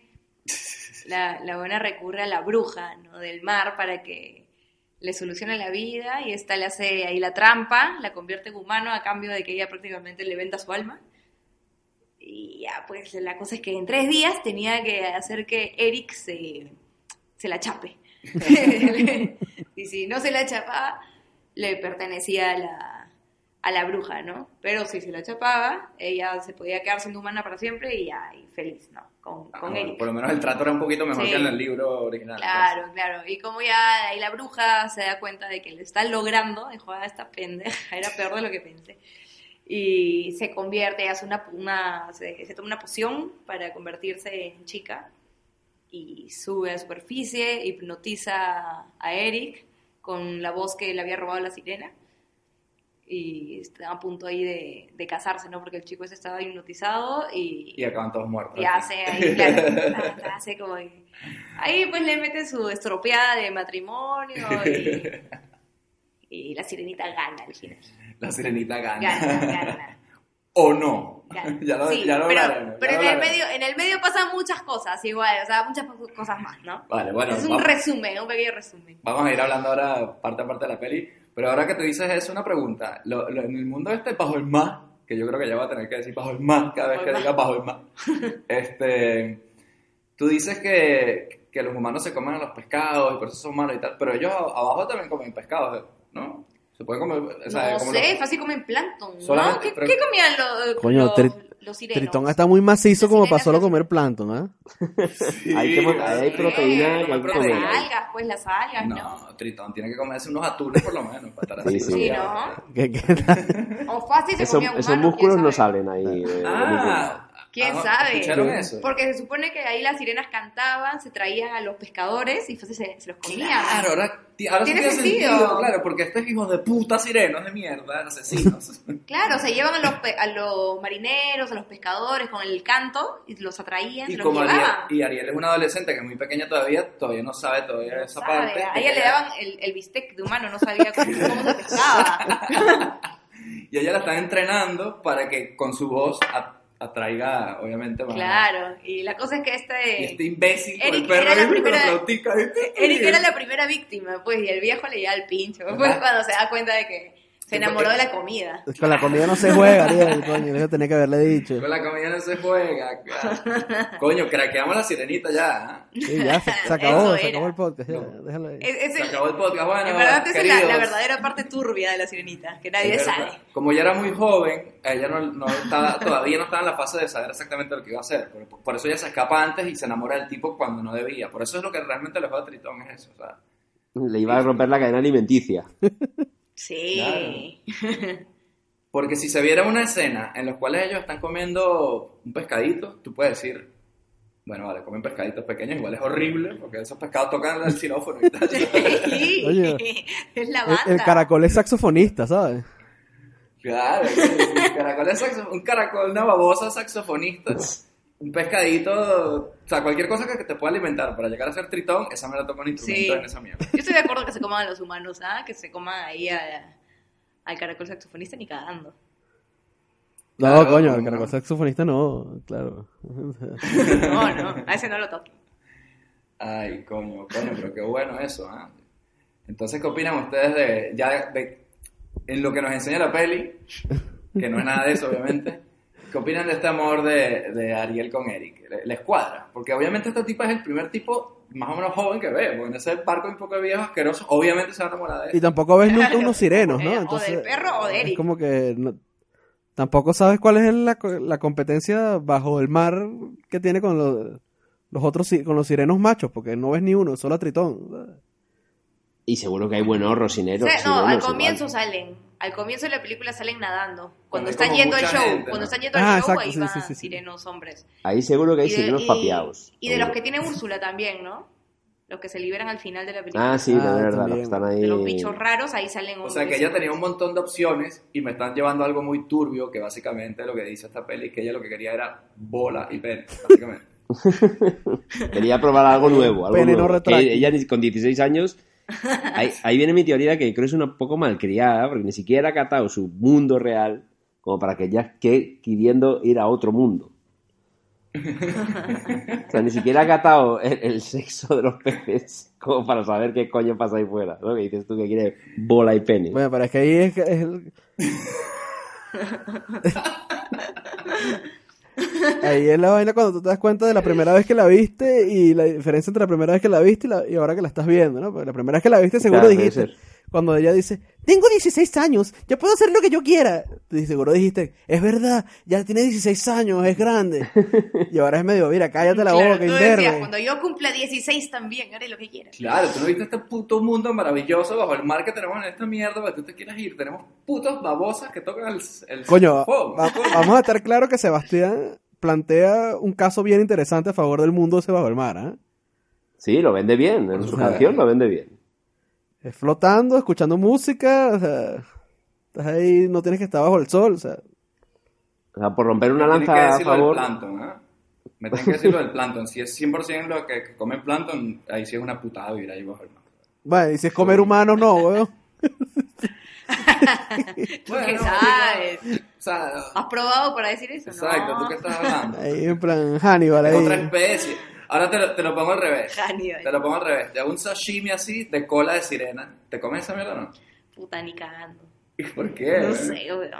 Speaker 4: la, la buena recurre a la bruja ¿no? del mar para que le solucione la vida y esta le hace ahí la trampa, la convierte en humano a cambio de que ella prácticamente le venda su alma. Y ya, pues la cosa es que en tres días tenía que hacer que Eric se, se la chape. y si no se la chapaba, le pertenecía a la, a la bruja, ¿no? Pero si se la chapaba, ella se podía quedar siendo humana para siempre y ya, y feliz, ¿no? Con,
Speaker 3: Ah,
Speaker 4: con
Speaker 3: bueno,
Speaker 4: Eric.
Speaker 3: por lo menos el trato era un poquito mejor
Speaker 4: Sí.
Speaker 3: que en el libro original. pues.
Speaker 4: Claro, claro. Y como ya ahí la bruja se da cuenta de que lo está logrando, dijo, ah, esta pendeja, era peor de lo que pensé. Y se convierte, hace una, una se, se toma una poción para convertirse en chica y sube a la superficie, hipnotiza a Eric con la voz que le había robado la sirena y están a punto ahí de, de casarse, ¿no? Porque el chico ese estaba hipnotizado y,
Speaker 3: Y acaban todos muertos.
Speaker 4: y hace ahí, claro, hasta hace como que- Ahí pues le mete su estropeada de matrimonio y, y la sirenita gana al final.
Speaker 3: La sirenita gana.
Speaker 4: Gana, gana.
Speaker 3: o no.
Speaker 4: Claro.
Speaker 3: ya lo,
Speaker 4: Sí,
Speaker 3: ya lo
Speaker 4: pero,
Speaker 3: hablaremos, ya
Speaker 4: pero
Speaker 3: lo
Speaker 4: en, el
Speaker 3: hablaremos.
Speaker 4: medio, en el medio pasan muchas cosas igual, o sea, muchas co- cosas más, ¿no?
Speaker 3: Vale, bueno,
Speaker 4: es un
Speaker 3: vamos,
Speaker 4: resumen, un pequeño resumen.
Speaker 3: vamos a ir hablando ahora parte a parte de la peli. Pero ahora que te dices eso, una pregunta. Lo- lo- en el mundo este, bajo el mar, que yo creo que ya va a tener que decir bajo el mar cada vez
Speaker 4: Bajo
Speaker 3: que
Speaker 4: el mar.
Speaker 3: diga bajo el mar. Este, tú dices que, que los humanos se comen a los pescados y por eso son malos y tal, pero ellos a- abajo también comen pescados, ¿no? Se pueden comer... o sea,
Speaker 4: no
Speaker 3: como
Speaker 4: sé,
Speaker 3: los-
Speaker 4: fácil comen plancton, ¿no?
Speaker 3: Solamente-
Speaker 4: ¿Qué,
Speaker 3: pero-
Speaker 4: qué comían los,
Speaker 5: Coño,
Speaker 4: los,
Speaker 5: Tri-
Speaker 4: los sirenos?
Speaker 5: Tritón está muy macizo
Speaker 4: Las
Speaker 5: como
Speaker 4: sirenas
Speaker 5: para solo
Speaker 4: son-
Speaker 5: comer plancton, ¿ah?
Speaker 6: Hay que mon- ahí hay
Speaker 4: Sí,
Speaker 6: proteína que hay que
Speaker 4: las
Speaker 6: comer.
Speaker 4: algas, pues las algas, ¿no?
Speaker 3: No, Tritón tiene que comerse unos atunes por lo menos para estar así. Ah.
Speaker 6: Sí,
Speaker 4: Sí, ¿no?
Speaker 5: ¿Qué- qué tal?
Speaker 4: O fácil se
Speaker 6: Esos,
Speaker 4: comían
Speaker 6: esos
Speaker 4: humanos,
Speaker 6: músculos
Speaker 4: ¿quién
Speaker 6: no
Speaker 4: sabe?
Speaker 6: salen ahí. de- de ningún lado.
Speaker 3: Ah,
Speaker 4: ¿Quién
Speaker 3: ah,
Speaker 4: sabe?
Speaker 3: ¿Escucharon eso?
Speaker 4: Porque se supone que ahí las sirenas cantaban, se traían a los pescadores y fácil se, se los comían.
Speaker 3: Claro, ahora, ti- ahora sí
Speaker 4: Tiene
Speaker 3: tiene
Speaker 4: sentido.
Speaker 3: sentido. claro, porque estos hijos de puta sirenos de mierda, asesinos.
Speaker 4: Claro, se llevan a los, pe- a los marineros, a los pescadores con el canto y los atraían,
Speaker 3: y
Speaker 4: se los
Speaker 3: como Ariel,
Speaker 4: llevaban.
Speaker 3: y Ariel es una adolescente que es muy pequeña todavía, todavía no sabe todavía esa
Speaker 4: ¿Sabe?
Speaker 3: parte.
Speaker 4: A ella le daban el, el bistec de humano, no sabía cómo, cómo se pescaba.
Speaker 3: Y ella la están entrenando para que con su voz a- atraiga, obviamente, más.
Speaker 4: Claro, y la cosa es que
Speaker 3: Y
Speaker 4: este...
Speaker 3: este imbécil con
Speaker 4: Eric
Speaker 3: el perro
Speaker 4: era la
Speaker 3: ahí, con
Speaker 4: primera-
Speaker 3: flautica.
Speaker 4: Eric era la primera víctima, pues, y el viejo le lleva el pincho. Pues
Speaker 3: Ajá.
Speaker 4: cuando se da cuenta de que se enamoró de la comida.
Speaker 5: Con la comida no se juega, Ariel, coño, debe tener que haberle dicho.
Speaker 3: Con la comida no se juega. claro. Coño, craqueamos la sirenita ya. ¿eh?
Speaker 5: Sí, ya, se, se acabó,
Speaker 4: Eso
Speaker 5: se
Speaker 4: era.
Speaker 5: acabó el podcast, ya, déjalo ahí.
Speaker 4: Es, es
Speaker 3: Se
Speaker 4: el-
Speaker 3: acabó el podcast. Bueno,
Speaker 4: en verdad, esta es la- la,
Speaker 3: queridos.
Speaker 4: verdadera parte turbia de la sirenita, que nadie
Speaker 3: Es verdad.
Speaker 4: sabe.
Speaker 3: Como ella era muy joven, ella no, no estaba- todavía no estaba en la fase de saber exactamente lo que iba a hacer. Por, por eso ella se escapa antes y se enamora del tipo cuando no debía. Por eso es lo que realmente le juega a Tritón, es eso. o sea,
Speaker 6: Le iba a romper la cadena alimenticia.
Speaker 4: Sí.
Speaker 3: Porque si se viera una escena en la cual ellos están comiendo un pescadito, tú puedes decir, bueno, vale, comen pescaditos pequeños, igual es horrible, porque esos pescados tocan el xilófono y tal.
Speaker 4: Sí.
Speaker 5: Oye.
Speaker 4: es la
Speaker 5: El,
Speaker 4: banda.
Speaker 5: el caracol es saxofonista, ¿sabes?
Speaker 3: Claro, un caracol, es saxo- un caracol, una babosa saxofonista, un pescadito, o sea, cualquier cosa que que te pueda alimentar para llegar a ser tritón, esa me la toca un instrumento
Speaker 4: Sí.
Speaker 3: en esa mierda.
Speaker 4: Yo estoy de acuerdo que se coman a los humanos, ¿ah? Que se coman ahí a- al caracol saxofonista ni cagando.
Speaker 5: No,
Speaker 3: Claro,
Speaker 5: coño,
Speaker 3: no.
Speaker 5: el caracol saxofonista no, claro.
Speaker 4: No, no, a ese no lo toquen.
Speaker 3: Ay, coño, coño, pero qué bueno eso, ¿ah? Entonces, ¿qué opinan ustedes de, ya de, en lo que nos enseña la peli, que no es nada de eso, obviamente, ¿qué opinan de este amor de, de Ariel con Eric? ¿Le- ¿Les cuadra? Porque obviamente este tipo es el primer tipo más o menos joven que veo, porque en ese barco hay un poco de viejos asquerosos, obviamente se va a enamorar de
Speaker 5: Y
Speaker 3: él.
Speaker 5: tampoco ves nunca
Speaker 4: Claro.
Speaker 5: unos sirenos,
Speaker 4: Eh,
Speaker 5: ¿no?
Speaker 4: o del perro o de Eric.
Speaker 5: Es como que no- tampoco sabes cuál es la, co- la competencia bajo el mar que tiene con los, los otros si- con los sirenos machos, porque no ves ni uno, solo a Tritón. ¿sabes?
Speaker 6: Y seguro que hay buenos rosineros.
Speaker 4: O sea, no,
Speaker 6: sirenos
Speaker 4: al
Speaker 6: igual.
Speaker 4: comienzo salen. Al comienzo de la película salen nadando. Cuando
Speaker 3: hay
Speaker 4: están
Speaker 3: como
Speaker 4: yendo al
Speaker 3: mucha
Speaker 4: show,
Speaker 3: gente,
Speaker 4: cuando
Speaker 3: ¿no?
Speaker 4: están yendo al
Speaker 5: Ah,
Speaker 4: show,
Speaker 5: exacto,
Speaker 4: ahí
Speaker 5: sí,
Speaker 4: van
Speaker 5: sí, sí, sí.
Speaker 4: sirenos hombres.
Speaker 6: Ahí seguro que hay
Speaker 4: Y de-
Speaker 6: sirenos
Speaker 4: y-
Speaker 6: papeados.
Speaker 4: Y de los que
Speaker 6: seguro.
Speaker 4: tiene Úrsula también, ¿no? Los que se liberan al final de la película.
Speaker 6: Ah, sí, de
Speaker 5: Ah,
Speaker 6: verdad,
Speaker 5: también.
Speaker 6: los que están ahí.
Speaker 4: De los bichos raros, ahí salen
Speaker 3: O
Speaker 4: unos
Speaker 3: sea, que ella
Speaker 4: bichos.
Speaker 3: tenía un montón de opciones y me están llevando a algo muy turbio, que básicamente lo que dice esta peli, que ella lo que quería era bola y pene, básicamente.
Speaker 6: Quería probar algo nuevo. Algo
Speaker 5: Pene no
Speaker 6: nuevo. Que
Speaker 5: retráctil.
Speaker 6: ella ni- con 16 años. Ahí, ahí viene mi teoría que creo es una poco malcriada, porque ni siquiera ha catado su mundo real, como para que ya que queriendo ir a otro mundo. O sea, ni siquiera ha catado el, el sexo de los peces, como para saber qué coño pasa ahí fuera. ¿no? Que dices tú que quieres bola y pene.
Speaker 5: Bueno, pero es que ahí es, que es el- Ahí es la vaina cuando tú te das cuenta de la primera vez que la viste y la diferencia entre la primera vez que la viste y, la- y ahora que la estás viendo, ¿no? Porque la primera vez que la viste seguro
Speaker 6: Claro, debe
Speaker 5: dijiste,
Speaker 6: ser.
Speaker 5: cuando ella dice, tengo 16 años, yo puedo hacer lo que yo quiera. Y seguro dijiste, es verdad, ya tiene 16 años, es grande. y ahora es medio, mira, cállate la
Speaker 4: Claro,
Speaker 5: boca,
Speaker 4: tú decías,
Speaker 5: imberbe.
Speaker 4: cuando yo cumpla 16 también, haré lo que quiera.
Speaker 3: Claro, tú no viste este puto mundo maravilloso bajo el mar que tenemos en esta mierda, pero tú te quieres ir. Tenemos putos babosas que tocan el, el
Speaker 5: Coño,
Speaker 3: saxofón.
Speaker 5: va- vamos a estar claro que Sebastián plantea un caso bien interesante a favor del mundo ese bajo el mar, ¿eh?
Speaker 6: Sí, lo vende bien. En su
Speaker 5: Claro.
Speaker 6: canción lo vende bien.
Speaker 5: Es flotando, escuchando música, o sea, estás ahí, no tienes que estar bajo el sol, o sea,
Speaker 6: O sea, por romper una
Speaker 3: Tienes que
Speaker 6: lanza a
Speaker 3: decir lo del
Speaker 6: favor.
Speaker 3: plancton, ¿ah? Me tienes que decir lo del plancton. Si es 100% lo que, que comen plancton, ahí sí es una putada vivir ahí bajo el mar.
Speaker 5: bueno, y si es comer humano, no, weón.
Speaker 4: ¿Qué
Speaker 3: Bueno,
Speaker 4: sabes?
Speaker 3: digo, sea,
Speaker 4: ¿Has probado para decir eso?
Speaker 3: exacto,
Speaker 4: no.
Speaker 3: ¿tú qué estás hablando?
Speaker 5: Ahí en plan Hannibal,
Speaker 3: Es otra
Speaker 5: ahí.
Speaker 3: especie. Ahora te lo, te lo pongo al revés.
Speaker 4: Hannibal.
Speaker 3: Te lo pongo al revés. Te hago un sashimi así de cola de sirena. ¿Te comes esa mierda o no?
Speaker 4: Puta, ni cagando.
Speaker 3: ¿Por qué?
Speaker 4: No sé, weón.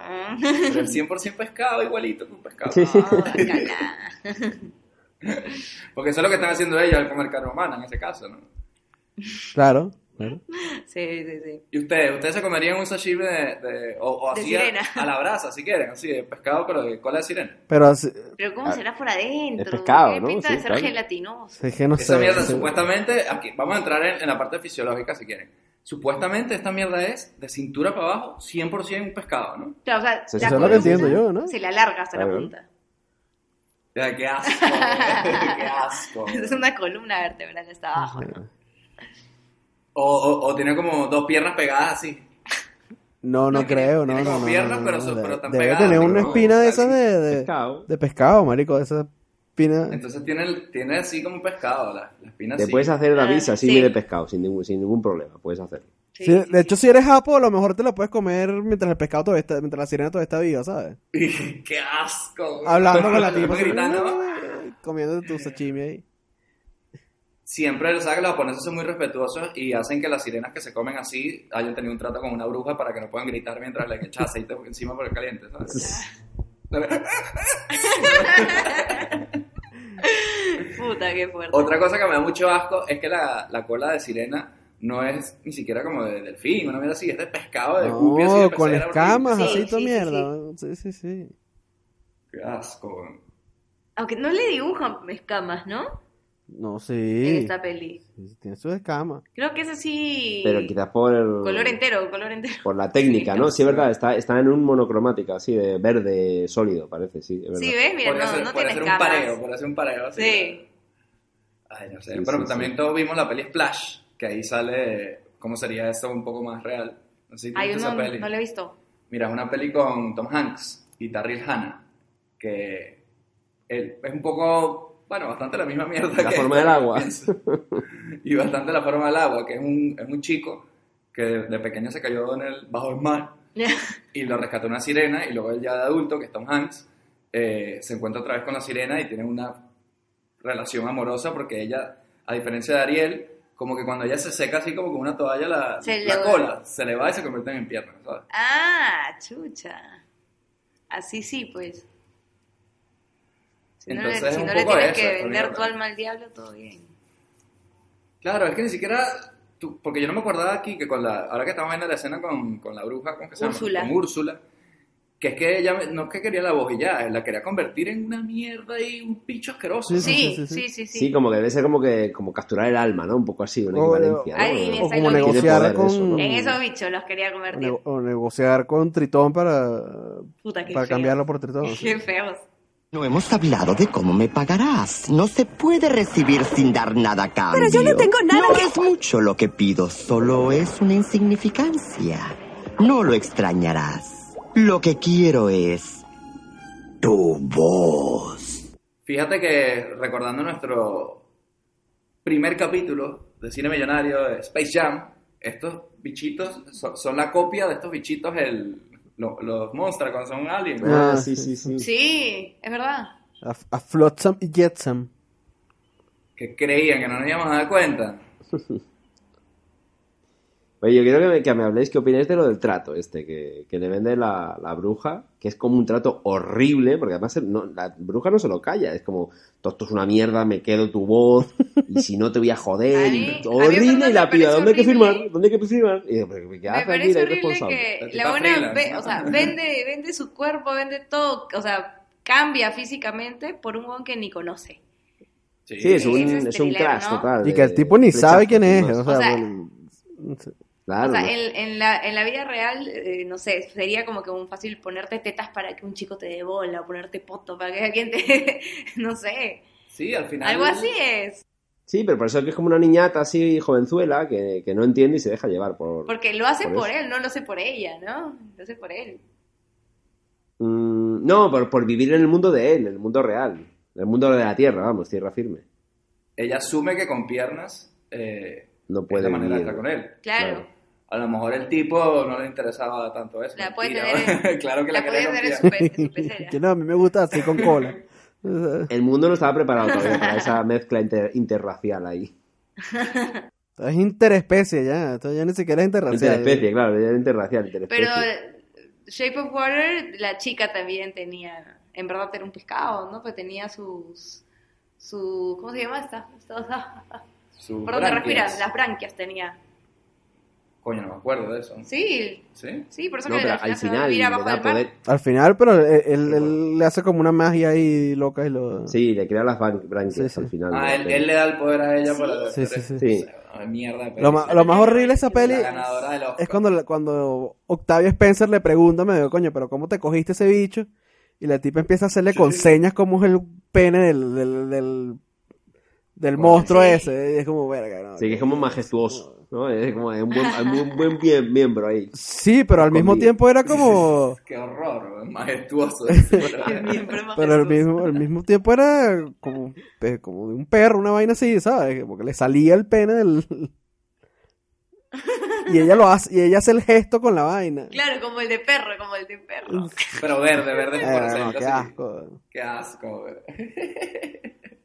Speaker 3: Pero el 100% pescado, igualito que un pescado.
Speaker 5: "Ah,
Speaker 4: No, cagada.
Speaker 3: Porque eso es lo que están haciendo ellos al comer carne humana en ese caso, ¿no?
Speaker 5: Claro. claro.
Speaker 4: Sí, sí, sí.
Speaker 3: ¿Y ustedes? ¿Ustedes se comerían un sashimi de, de- o, o
Speaker 4: De
Speaker 3: así a-
Speaker 4: sirena.
Speaker 3: A, la brasa, si quieren? Así de pescado, pero de cola de sirena.
Speaker 5: Pero así-
Speaker 4: Pero ¿cómo será por adentro?
Speaker 6: Es pescado,
Speaker 4: Tiene
Speaker 6: ¿no?
Speaker 4: pinta de
Speaker 6: Sí,
Speaker 4: ser
Speaker 6: claro.
Speaker 4: gelatinoso.
Speaker 5: es que no
Speaker 3: Esa
Speaker 5: sé.
Speaker 3: mierda,
Speaker 5: sí.
Speaker 3: supuestamente, aquí, vamos a entrar en, en la parte fisiológica, si quieren. Supuestamente esta mierda es de cintura para abajo, 100% un pescado, ¿no?
Speaker 4: Claro, o sea,
Speaker 6: Sí,
Speaker 4: la
Speaker 6: eso
Speaker 5: es lo que
Speaker 4: columna
Speaker 5: entiendo yo, ¿no?
Speaker 4: Se la larga hasta la
Speaker 6: Claro.
Speaker 4: punta.
Speaker 3: O sea, qué asco, qué asco.
Speaker 4: Es una columna vertebral hasta abajo. ¿no?
Speaker 3: O, o, o tiene como dos piernas pegadas así.
Speaker 5: No, no
Speaker 3: Tiene-
Speaker 5: creo, no,
Speaker 3: tiene
Speaker 5: no,
Speaker 3: como
Speaker 5: no,
Speaker 3: piernas,
Speaker 5: no,
Speaker 3: pero
Speaker 5: no,
Speaker 3: son-
Speaker 5: de-
Speaker 3: pero tan
Speaker 5: Debe
Speaker 3: pegadas,
Speaker 5: tener una
Speaker 3: ¿no?
Speaker 5: espina de esas
Speaker 3: Así.
Speaker 5: de, de-
Speaker 6: Pescado.
Speaker 5: de pescado, marico, esa espina.
Speaker 3: Entonces tiene, tiene así como un pescado, la, la espina
Speaker 6: Te
Speaker 3: así.
Speaker 6: puedes hacer la
Speaker 4: Ah,
Speaker 6: visa así
Speaker 4: sí.
Speaker 6: de pescado, sin ningún, sin ningún problema, puedes hacerlo.
Speaker 4: Sí,
Speaker 5: Sí,
Speaker 4: sí,
Speaker 5: de
Speaker 4: sí.
Speaker 5: hecho, si eres japo, a lo mejor te la puedes comer mientras el pescado todavía está, mientras la sirena todavía está viva, ¿sabes?
Speaker 3: ¡Qué asco! güey.
Speaker 5: Hablando con la tipa, así,
Speaker 3: Gritando.
Speaker 5: comiendo tu sashimi ahí.
Speaker 3: Siempre, ¿sabes? que Los japoneses son muy respetuosos y hacen que las sirenas que se comen así hayan tenido un trato con una bruja para que no puedan gritar mientras les echa aceite encima por el caliente, ¿sabes?
Speaker 4: Puta, qué fuerte.
Speaker 3: Otra cosa que me da mucho asco es que la, la cola de sirena no es ni siquiera como de delfín, una mierda así, es de pescado, de guppy, así, de
Speaker 5: No, con
Speaker 3: pecera,
Speaker 5: escamas,
Speaker 4: Sí,
Speaker 5: así,
Speaker 4: sí,
Speaker 5: toda
Speaker 4: sí,
Speaker 5: mierda. Sí, sí, sí.
Speaker 3: horrible. ¡Qué asco! güey.
Speaker 4: Aunque no le dibujan escamas, ¿no?
Speaker 5: No,
Speaker 4: En
Speaker 5: sí.
Speaker 4: esta peli.
Speaker 5: Sí, Tiene sus escamas.
Speaker 4: Creo que es así.
Speaker 6: Pero quizás por el-
Speaker 4: Color entero, color entero.
Speaker 6: por la técnica, ¿no? Sí, es verdad, está, está en un monocromático, así de verde sólido, parece, sí, es verdad.
Speaker 4: Sí, ¿ves? Mira,
Speaker 3: Podría
Speaker 4: no,
Speaker 3: ser, podría
Speaker 4: no tiene
Speaker 3: ser un
Speaker 4: escamas.
Speaker 3: pareo, por hacer un pareo así.
Speaker 4: Sí.
Speaker 3: Ay, no sé.
Speaker 6: Sí,
Speaker 3: pero
Speaker 6: sí,
Speaker 3: también todos vimos la peli Splash, que ahí sale cómo sería esto un poco más real. No sé si tú
Speaker 4: Hay
Speaker 3: viste
Speaker 4: uno,
Speaker 3: esa peli.
Speaker 4: no lo he visto.
Speaker 3: Mira, es una peli con Tom Hanks y Tarril Hanna, que él es un poco, bueno, bastante la misma mierda
Speaker 6: La
Speaker 3: que
Speaker 6: forma del agua.
Speaker 3: y bastante la forma del agua, que es un, es un chico que de pequeño se cayó en el, bajo el mar y lo rescató una sirena y luego él ya de adulto, que es Tom Hanks, eh, se encuentra otra vez con la sirena y tienen una relación amorosa porque ella, a diferencia de Ariel, como que cuando ella se seca así como con una toalla la,
Speaker 4: Se
Speaker 3: la
Speaker 4: le va.
Speaker 3: cola, se le va y se convierten en piernas, ¿sabes?
Speaker 4: ah, chucha. Así sí, pues. Si no le-
Speaker 3: Entonces
Speaker 4: si
Speaker 3: es
Speaker 4: no
Speaker 3: un
Speaker 4: le,
Speaker 3: poco
Speaker 4: tienes
Speaker 3: eso,
Speaker 4: que
Speaker 3: esta
Speaker 4: vender
Speaker 3: mierda.
Speaker 4: tu alma al diablo, todo bien.
Speaker 3: Claro, es que ni siquiera. tú- porque yo no me acordaba aquí que con la. Ahora que estamos viendo la escena con, con la bruja, ¿cómo que se llama?
Speaker 4: Úrsula.
Speaker 3: Con Úrsula. Que es que ella me- no es que quería la voz y ya, la quería convertir en una mierda y un picho asqueroso.
Speaker 5: Sí,
Speaker 4: Sí, sí, sí, sí.
Speaker 6: Sí, como que debe ser como que como capturar el alma, ¿no? Un poco así, una
Speaker 5: O-
Speaker 6: equivalencia. ¿no?
Speaker 4: Ay,
Speaker 5: O
Speaker 4: Exacto.
Speaker 5: como
Speaker 4: Tiene
Speaker 5: negociar
Speaker 6: poder
Speaker 5: con.
Speaker 6: eso, ¿no?
Speaker 4: En esos bichos los quería
Speaker 5: o
Speaker 4: convertir.
Speaker 5: nego- o negociar con Tritón para,
Speaker 4: Puta, qué
Speaker 5: para
Speaker 4: feo.
Speaker 5: cambiarlo por Tritón. sí.
Speaker 4: Qué feos.
Speaker 9: No hemos hablado de cómo me pagarás. No se puede recibir sin dar nada a cambio.
Speaker 7: Pero yo no tengo nada
Speaker 9: No
Speaker 7: que-
Speaker 9: es mucho lo que pido, solo es una insignificancia. No lo extrañarás. Lo que quiero es tu voz.
Speaker 3: Fíjate que recordando nuestro primer capítulo de Cine Millonario de Space Jam, estos bichitos son, son la copia de estos bichitos, el, lo- los monstruos cuando son aliens. ¿no?
Speaker 6: Ah, sí, sí, sí.
Speaker 4: Sí, es verdad.
Speaker 5: A, a Flotsam y Jetsam.
Speaker 3: Que creían que no nos íbamos a dar cuenta.
Speaker 6: Oye, yo quiero que me, que me habléis qué opináis de lo del trato este, que, que le vende la, la bruja, que es como un trato horrible, porque además el- no- la bruja no se lo calla, es como, "Todo esto es una mierda, me quedo tu voz, y si no te voy a joder,
Speaker 4: A
Speaker 6: y
Speaker 4: mí- a mí
Speaker 6: Eh, horrible, y
Speaker 4: personalmente
Speaker 6: la
Speaker 4: me
Speaker 6: piba,
Speaker 4: parece
Speaker 6: ¿dónde hay que
Speaker 4: horrible.
Speaker 6: firmar? ¿Dónde hay que firmar? Y yo, "Pero, ¿qué
Speaker 4: Me
Speaker 6: haces,
Speaker 4: parece
Speaker 6: mira,
Speaker 4: horrible
Speaker 6: irresponsable?".
Speaker 4: que
Speaker 3: Está
Speaker 4: la buena,
Speaker 3: freelance,
Speaker 4: ve-
Speaker 3: ¿no?
Speaker 4: o sea, vende, vende su cuerpo, vende todo, o sea, cambia físicamente por un huevón que ni conoce.
Speaker 6: Sí, es
Speaker 4: Sí,
Speaker 6: un,
Speaker 4: es
Speaker 6: es un
Speaker 4: esterilero,
Speaker 6: crash
Speaker 4: ¿no?
Speaker 6: total.
Speaker 5: Y que el
Speaker 6: de
Speaker 5: tipo ni
Speaker 6: flechazos,
Speaker 5: sabe quién es.
Speaker 6: además.
Speaker 5: O sea,
Speaker 4: O sea,
Speaker 5: bueno, no sé.
Speaker 6: Claro,
Speaker 4: o sea,
Speaker 6: ¿no?
Speaker 4: en, en la, en la vida real, eh, no sé, sería como que un fácil ponerte tetas para que un chico te dé bola, o ponerte poto para que alguien te... no sé,
Speaker 3: Sí, al final.
Speaker 4: algo así es.
Speaker 6: Sí, pero por eso es que es como una niñata así, jovenzuela, que, que no entiende y se deja llevar por...
Speaker 4: Porque lo hace
Speaker 6: Por
Speaker 4: por,
Speaker 6: eso.
Speaker 4: él, no lo hace por ella, ¿no? Lo hace por él.
Speaker 6: Mm, no, por, por vivir en el mundo de él, en el mundo real. En el mundo de la tierra, vamos, tierra firme.
Speaker 3: Ella asume que con piernas eh,
Speaker 6: No
Speaker 3: es
Speaker 6: puede
Speaker 3: la manera de
Speaker 6: vivir.
Speaker 3: estar con él.
Speaker 4: Claro.
Speaker 6: Claro.
Speaker 3: A lo mejor el tipo no le interesaba tanto eso.
Speaker 4: La puede
Speaker 3: mentira,
Speaker 4: tener
Speaker 3: ¿verdad? claro que la,
Speaker 4: la puede
Speaker 3: quería
Speaker 4: tener en su,
Speaker 3: confiar.
Speaker 4: pe- en su pecera.
Speaker 5: Que no, a mí me gusta así con cola. Está
Speaker 6: El mundo no estaba preparado todavía para esa mezcla inter- interracial ahí.
Speaker 5: es interespecie ya. Esto ya ni siquiera es interracial.
Speaker 6: Interespecie, claro, era interracial, interespecie.
Speaker 4: Pero eh, Shape of Water, la chica también tenía, en verdad era un pescado, ¿no? Pues tenía sus, su, ¿cómo se llama esta? Esta- esta-
Speaker 3: Sus
Speaker 4: ¿Por dónde
Speaker 3: branquias.
Speaker 4: respiras? Las branquias tenía.
Speaker 3: Coño, no me acuerdo de eso.
Speaker 4: Sí,
Speaker 3: ¿Sí?
Speaker 4: sí, por eso
Speaker 6: No,
Speaker 4: que
Speaker 6: pero
Speaker 4: al final
Speaker 6: al
Speaker 4: se va a
Speaker 6: final
Speaker 4: vivir
Speaker 6: le
Speaker 4: abajo
Speaker 6: da
Speaker 4: del mar.
Speaker 6: poder.
Speaker 5: Al final, pero él, él- él le hace como una magia ahí loca y lo...
Speaker 6: Sí, le crea las ban- branquias
Speaker 5: Sí, sí.
Speaker 6: al final.
Speaker 3: Ah,
Speaker 6: de la
Speaker 3: él,
Speaker 6: peli.
Speaker 3: él le da el poder a ella para...
Speaker 5: Sí, sí, sí.
Speaker 6: Sí.
Speaker 3: Ah, Mierda de
Speaker 5: Lo, ma-
Speaker 3: película.
Speaker 5: lo más horrible de esa peli
Speaker 3: La ganadora del Oscar.
Speaker 5: es cuando, la- cuando Octavio Spencer le pregunta, me digo, coño, pero ¿cómo te cogiste ese bicho? Y la tipa empieza a hacerle
Speaker 3: Sí,
Speaker 5: con
Speaker 3: sí.
Speaker 5: señas cómo es el pene del, del, del, del
Speaker 3: Bueno,
Speaker 5: monstruo
Speaker 4: sí.
Speaker 5: ese. Y es como, verga, no.
Speaker 6: Sí, que es como majestuoso, ¿no? Es como es un buen, hay un buen bien- miembro ahí.
Speaker 5: Sí, pero al mismo
Speaker 6: Escondido.
Speaker 5: tiempo era como...
Speaker 3: Qué horror, weón, majestuoso.
Speaker 4: El miembro más
Speaker 5: Pero
Speaker 4: gracioso.
Speaker 5: al mismo, al mismo tiempo era como, pe- como de un perro, una vaina así, ¿sabes? Porque le salía el pene del... Y ella lo hace, y ella hace el gesto con la vaina.
Speaker 4: Claro, como el de perro, como el de perro.
Speaker 3: Pero verde, verde. por
Speaker 5: Eh, no,
Speaker 3: dentro,
Speaker 5: qué
Speaker 3: así.
Speaker 5: asco.
Speaker 3: Qué asco, weón.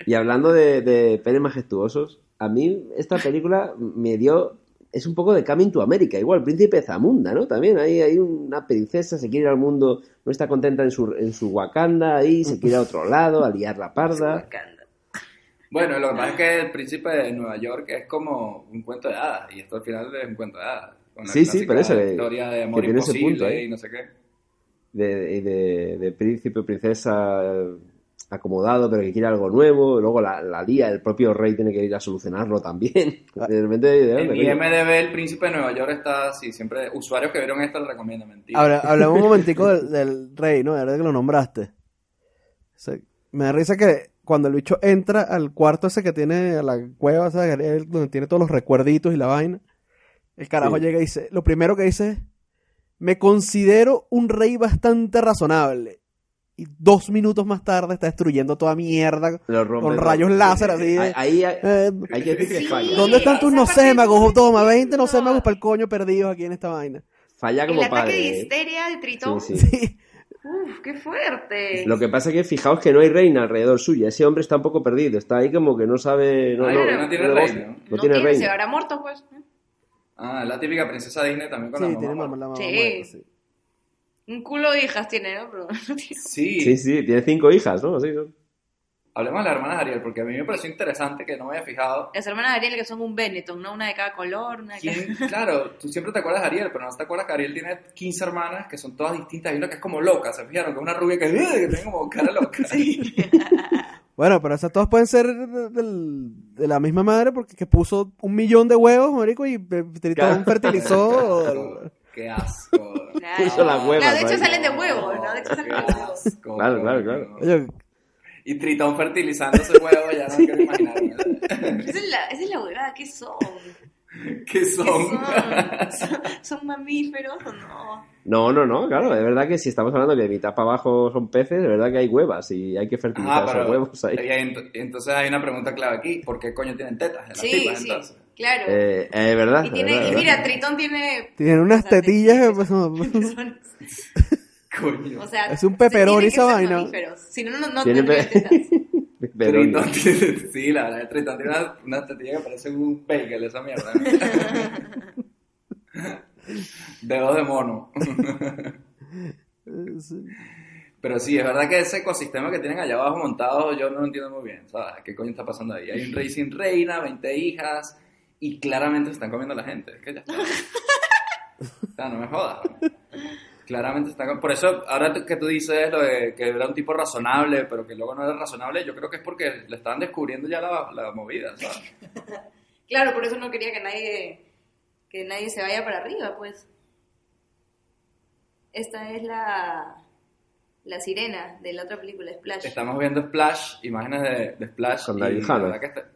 Speaker 6: Y hablando de, de penes majestuosos, a mí esta película me dio... Es un poco de Coming to America, igual, Príncipe de Zamunda, ¿no? También hay, hay una princesa, se quiere ir al mundo, no está contenta en su, en su Wakanda, ahí se quiere ir a otro lado, a liar la parda.
Speaker 4: Wakanda.
Speaker 3: Bueno, lo que pasa es que el príncipe de Nueva York es como un cuento de hadas, y esto al final es un cuento de hadas. con la
Speaker 6: Sí, sí, pero
Speaker 3: clásica
Speaker 6: eso, que-
Speaker 3: historia de
Speaker 6: que
Speaker 3: amor
Speaker 6: tiene ese
Speaker 3: imposible
Speaker 6: punto ahí.
Speaker 3: y no sé qué.
Speaker 6: de, de, de príncipe o princesa eh, acomodado, pero que quiere algo nuevo. Luego la, la lía, el propio rey tiene que ir a solucionarlo también. De repente, ¿de
Speaker 3: En
Speaker 6: dónde,
Speaker 3: mi
Speaker 6: coño?
Speaker 3: MDB el príncipe de Nueva York está así, siempre. Usuarios que vieron esto lo recomiendo, mentira.
Speaker 5: Habla- hablamos un momentico del, del rey, ¿no? De verdad que lo nombraste. O sea, me da risa que cuando el bicho entra al cuarto ese que tiene a la cueva, ¿sabes? Que es Donde tiene todos los recuerditos y la vaina. El carajo
Speaker 6: Sí.
Speaker 5: llega y dice, lo primero que dice es, me considero un rey bastante razonable. Y dos minutos más tarde está destruyendo toda mierda
Speaker 6: Lo rompe
Speaker 5: con
Speaker 6: todo.
Speaker 5: rayos láser así. de,
Speaker 6: Ahí, ahí hay,
Speaker 5: eh,
Speaker 6: hay que decir que
Speaker 4: Sí.
Speaker 6: falla.
Speaker 5: ¿Dónde están tus
Speaker 4: esa parte es
Speaker 5: nocémagos,
Speaker 4: muy
Speaker 5: Toma? 20
Speaker 4: difícil,
Speaker 5: nocémagos
Speaker 4: no.
Speaker 5: para el coño perdidos aquí en esta vaina.
Speaker 6: Falla
Speaker 4: El
Speaker 6: como
Speaker 4: ataque de
Speaker 6: padre. ¿eh?
Speaker 4: histeria de Tritón.
Speaker 6: Sí, sí.
Speaker 5: Sí.
Speaker 4: Uf, qué fuerte.
Speaker 6: Lo que pasa es que fijaos que no hay reina alrededor suya. Ese hombre está un poco perdido. Está ahí como que no sabe. No,
Speaker 3: Ah,
Speaker 6: no,
Speaker 4: claro,
Speaker 3: no tiene
Speaker 6: no
Speaker 3: reina,
Speaker 6: goza.
Speaker 3: ¿no?
Speaker 6: No tiene
Speaker 4: se
Speaker 6: reina.
Speaker 4: habrá muerto, pues.
Speaker 3: Ah, la típica princesa Disney también con
Speaker 5: Sí,
Speaker 3: la mamá.
Speaker 5: tiene mamá,
Speaker 3: muerta.
Speaker 5: la mamá
Speaker 4: Sí.
Speaker 5: muerta, sí.
Speaker 4: Un culo de hijas tiene, ¿no? Pero no tiene-
Speaker 3: Sí.
Speaker 6: Sí, sí, tiene cinco hijas, ¿no? Sí, son-
Speaker 3: Hablemos de las hermanas Ariel, porque a mí me pareció interesante que no me había fijado.
Speaker 4: Las hermanas de Ariel que son un Benetton, ¿no? Una de cada color, una de cada...
Speaker 3: ¿Quién? Claro, tú siempre te acuerdas de Ariel, pero no te acuerdas que Ariel tiene 15 hermanas que son todas distintas. Hay una que es como loca, ¿se fijaron? Que es una rubia que, que tiene como cara loca.
Speaker 5: Bueno, pero esas todas pueden ser de, del- de la misma madre porque que puso un millón de huevos, marico, y eh, pe- Tritón
Speaker 6: Claro.
Speaker 5: fertilizó.
Speaker 3: Qué asco.
Speaker 4: Claro.
Speaker 6: Puso las huevas
Speaker 4: Claro, de hecho
Speaker 6: ahí.
Speaker 4: salen de huevos, ¿no? De hecho
Speaker 3: Qué
Speaker 4: salen de huevos.
Speaker 3: asco,
Speaker 6: Claro, claro,
Speaker 3: coño.
Speaker 6: claro.
Speaker 5: Oye,
Speaker 3: Y Tritón fertilizando ese huevo, ya no quiero imaginarme.
Speaker 4: Esa es la, esa es la huevada, ¿qué son?
Speaker 3: ¿Qué
Speaker 4: ¿Qué
Speaker 3: son?
Speaker 4: son? ¿Son, son mamíferos o no?
Speaker 6: No, no, no, claro, es verdad que si estamos hablando que de mitad para abajo son peces, es verdad que hay huevas y hay que fertilizar
Speaker 3: Ah,
Speaker 6: esos
Speaker 3: pero
Speaker 6: huevos ahí.
Speaker 3: y ent- entonces hay una pregunta clave aquí. ¿Por qué coño tienen tetas las
Speaker 4: Sí,
Speaker 3: tipas,
Speaker 4: sí,
Speaker 3: entonces?
Speaker 4: claro.
Speaker 6: Eh, es verdad.
Speaker 4: y,
Speaker 6: es
Speaker 4: tiene,
Speaker 6: verdad,
Speaker 4: y
Speaker 6: es
Speaker 4: mira,
Speaker 6: verdad.
Speaker 4: Tritón tiene...
Speaker 5: tiene unas
Speaker 4: o sea,
Speaker 5: tetillas que
Speaker 4: tiene-
Speaker 5: pues, no,
Speaker 4: son-
Speaker 3: Coño.
Speaker 4: O sea,
Speaker 5: Es un
Speaker 4: se
Speaker 5: peperón
Speaker 4: tienen
Speaker 5: esa
Speaker 4: que ser
Speaker 5: vaina.
Speaker 4: mamíferos. Si no, no, no
Speaker 6: Tiene
Speaker 4: tendrían
Speaker 6: pe-
Speaker 4: tetas.
Speaker 6: Perdón.
Speaker 3: Tritón tiene- sí, la verdad, Tritón tiene una, una tetilla que parece un bagel, esa mierda. ¿no? Dedos de mono. Pero sí, es verdad que ese ecosistema que tienen allá abajo montado, yo no lo entiendo muy bien. ¿Sabes? ¿Qué coño está pasando ahí? Hay un rey sin reina, 20 hijas, y claramente se están comiendo a la gente. Es que ya está. O sea, no me jodas. Claramente se están comiendo. Por eso, ahora tú- que tú dices lo de que era un tipo razonable, pero que luego no era razonable, yo creo que es porque le estaban descubriendo ya la, la movida, ¿sabes?
Speaker 4: Claro, por eso no quería que nadie que nadie se vaya para arriba, pues. Esta es la la sirena de la otra película Splash.
Speaker 3: Estamos viendo Splash, imágenes de, de Splash.
Speaker 6: Con
Speaker 3: y
Speaker 6: David
Speaker 3: la
Speaker 6: Hanna.
Speaker 3: verdad que est-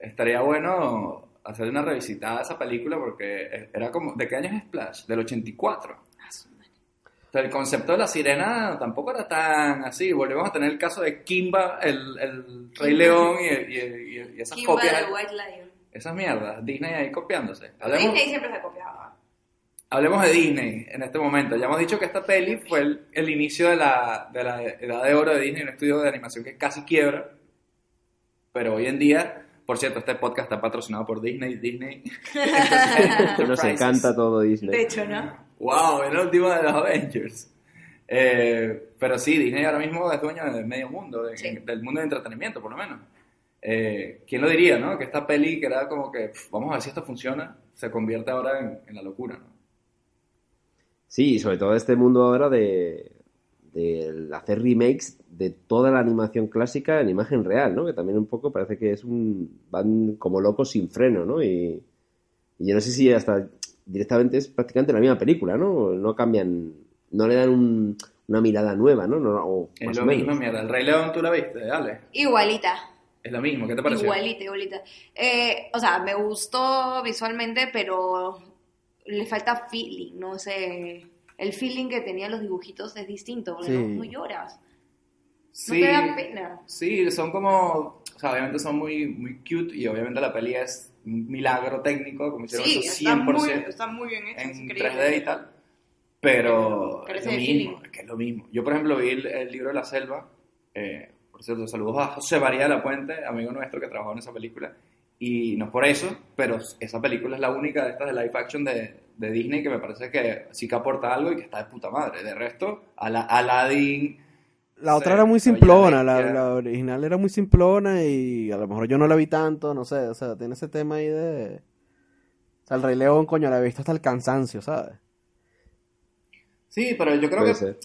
Speaker 3: estaría bueno hacer una revisitada de esa película porque era como... ¿De qué año es Splash? Del 84. O sea, el concepto de la sirena tampoco era tan así. Volvemos a tener el caso de Kimba, el, el Rey León y, y- y- y esas
Speaker 4: Kimba
Speaker 3: copias.
Speaker 4: de White Lion.
Speaker 3: Esas mierdas. Disney ahí copiándose. Hablemos-
Speaker 4: Disney siempre se ha copiado.
Speaker 3: Hablemos de Disney en este momento. Ya hemos dicho que esta peli fue el, el inicio de la, de la edad de oro de Disney, un estudio de animación que casi quiebra. Pero hoy en día, por cierto, este podcast está patrocinado por Disney. Disney.
Speaker 6: Nos encanta todo Disney.
Speaker 4: De hecho, ¿no?
Speaker 3: ¡Wow! Es la última de los Avengers. Eh, pero sí, Disney ahora mismo es dueño del medio mundo, de-
Speaker 4: Sí.
Speaker 3: del mundo de entretenimiento, por lo menos. Eh, ¿Quién lo diría, no? Que esta peli que era como que, pff, vamos a ver si esto funciona, se convierte ahora en, en la locura, ¿no?
Speaker 6: Sí, y sobre todo este mundo ahora de, de hacer remakes de toda la animación clásica en imagen real, ¿no? Que también un poco parece que es un... van como locos sin freno, ¿no? Y, y yo no sé si hasta directamente es prácticamente la misma película, ¿no? No cambian, no le dan un- una mirada nueva, ¿no? No, o
Speaker 3: Es
Speaker 6: más
Speaker 3: lo
Speaker 6: o menos.
Speaker 3: mismo, mierda. El Rey León, tú la viste, dale.
Speaker 4: Igualita.
Speaker 3: Es lo mismo, ¿qué te pareció?
Speaker 4: Igualita, igualita. Eh, o sea, me gustó visualmente, pero le falta feeling, no sé. El feeling que tenían los dibujitos es distinto, porque
Speaker 5: Sí.
Speaker 4: no, no lloras. No
Speaker 3: Sí,
Speaker 4: te da pena.
Speaker 3: sí, son como, o sea, obviamente son muy, muy cute y obviamente la peli es un milagro técnico, como hicieron
Speaker 4: Sí,
Speaker 3: eso
Speaker 4: está muy,
Speaker 3: 100%.
Speaker 4: está muy bien hecho, es
Speaker 3: en
Speaker 4: increíble.
Speaker 3: 3D y tal. Pero es
Speaker 4: Carece
Speaker 3: lo
Speaker 4: de
Speaker 3: mismo,
Speaker 4: feeling.
Speaker 3: es que es lo mismo. Yo, por ejemplo, vi el, el libro de la selva. eh, por cierto, saludos a José María de la Puente, amigo nuestro que trabajó en esa película. Y no es por eso, pero esa película es la única de estas de live action de, de Disney que me parece que sí que aporta algo y que está de puta madre. De resto, a la, Aladdin.
Speaker 5: La
Speaker 3: Sí,
Speaker 5: otra era muy
Speaker 3: Bella
Speaker 5: simplona, la,
Speaker 3: Bestia.
Speaker 5: la original era muy simplona y a lo mejor yo no la vi tanto, no sé, o sea, tiene ese tema ahí de... O sea, el Rey León, coño, la he visto hasta el cansancio, ¿sabes?
Speaker 3: Sí, pero yo creo
Speaker 6: Puede
Speaker 3: que
Speaker 6: ser.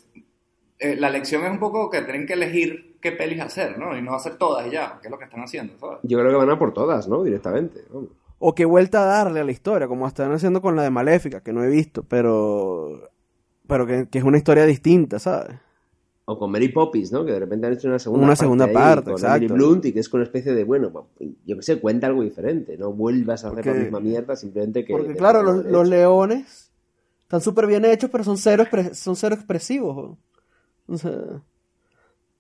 Speaker 3: eh, la lección es un poco que tienen que elegir qué pelis hacer, ¿no? Y no hacer todas y ya, que es lo que están haciendo, ¿sabes?
Speaker 6: Yo creo que van a por todas, ¿no? Directamente. vamos.
Speaker 5: O qué vuelta a darle a la historia, como están haciendo con la de Maléfica, que no he visto, pero... Pero que, que es una historia distinta, ¿sabes?
Speaker 6: O con Mary Poppins, ¿no? Que de repente han hecho una segunda
Speaker 5: Una
Speaker 6: parte.
Speaker 5: segunda
Speaker 6: ahí
Speaker 5: parte,
Speaker 6: con Emily
Speaker 5: exacto.
Speaker 6: Blunt y que es con una especie de, bueno, pues, yo qué sé, cuenta algo diferente. No vuelvas a hacer la
Speaker 5: Porque-
Speaker 6: misma mierda, simplemente que.
Speaker 5: Porque
Speaker 6: te
Speaker 5: claro,
Speaker 6: ponen
Speaker 5: los,
Speaker 6: lo
Speaker 5: los
Speaker 6: hecho.
Speaker 5: leones están súper bien hechos, pero son cero, expre- son cero expresivos. jo. O sea,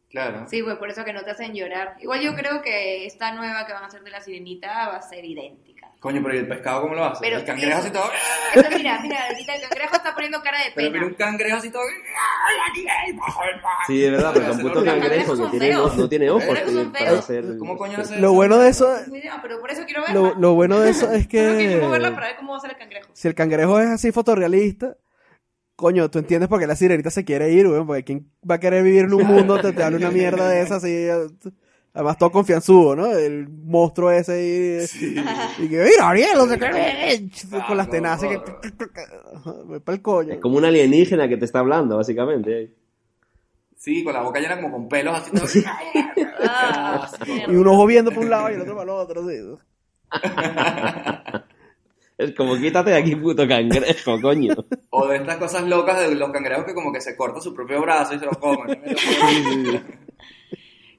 Speaker 3: Claro.
Speaker 4: Sí, güey, por eso que no te hacen llorar. Igual yo creo que esta nueva que van a hacer de la sirenita va a ser idéntica.
Speaker 3: Coño, pero ¿y el pescado cómo lo hace?
Speaker 4: Pero
Speaker 3: el cangrejo
Speaker 4: sí.
Speaker 3: así todo.
Speaker 4: Eso, mira, mira, ahorita el cangrejo está poniendo cara de
Speaker 3: Pero mira
Speaker 4: pena.
Speaker 3: un cangrejo así todo.
Speaker 6: Sí, de verdad, pero
Speaker 3: Los
Speaker 6: con puto
Speaker 3: leones
Speaker 6: cangrejo que
Speaker 4: son
Speaker 6: tiene, no,
Speaker 4: feos.
Speaker 6: no tiene
Speaker 3: Los
Speaker 6: ojos
Speaker 4: leones son
Speaker 6: para
Speaker 4: feos. Pues,
Speaker 6: hacer.
Speaker 3: ¿Cómo coño hace
Speaker 5: lo bueno de eso,
Speaker 4: Sí, no, pero por eso quiero verla.
Speaker 5: lo, lo bueno de eso es
Speaker 4: Creo que yo voy a verla para
Speaker 5: que
Speaker 4: ver cómo va a ser el cangrejo.
Speaker 5: si el cangrejo es así fotorrealista, coño, tú entiendes por qué la sirenita se quiere ir, weón, porque quién va a querer vivir en un mundo donde te dan una mierda de esa así. eh, t- Además, todo confianzudo, ¿no? El monstruo ese ahí. Y que, mira, Ariel, no sé qué", con las
Speaker 3: Ah,
Speaker 5: tenazas
Speaker 3: no,
Speaker 5: que. Voy pa'l coño.
Speaker 6: Es como un alienígena que te está hablando, básicamente.
Speaker 3: Sí, con la boca llena como con pelos así todo.
Speaker 4: Ah,
Speaker 5: Y un ojo viendo por un lado y el otro para el otro. así.
Speaker 6: Es como, quítate de aquí, puto cangrejo, coño.
Speaker 3: O de estas cosas locas de los cangrejos que como que se corta su propio brazo y se lo comen.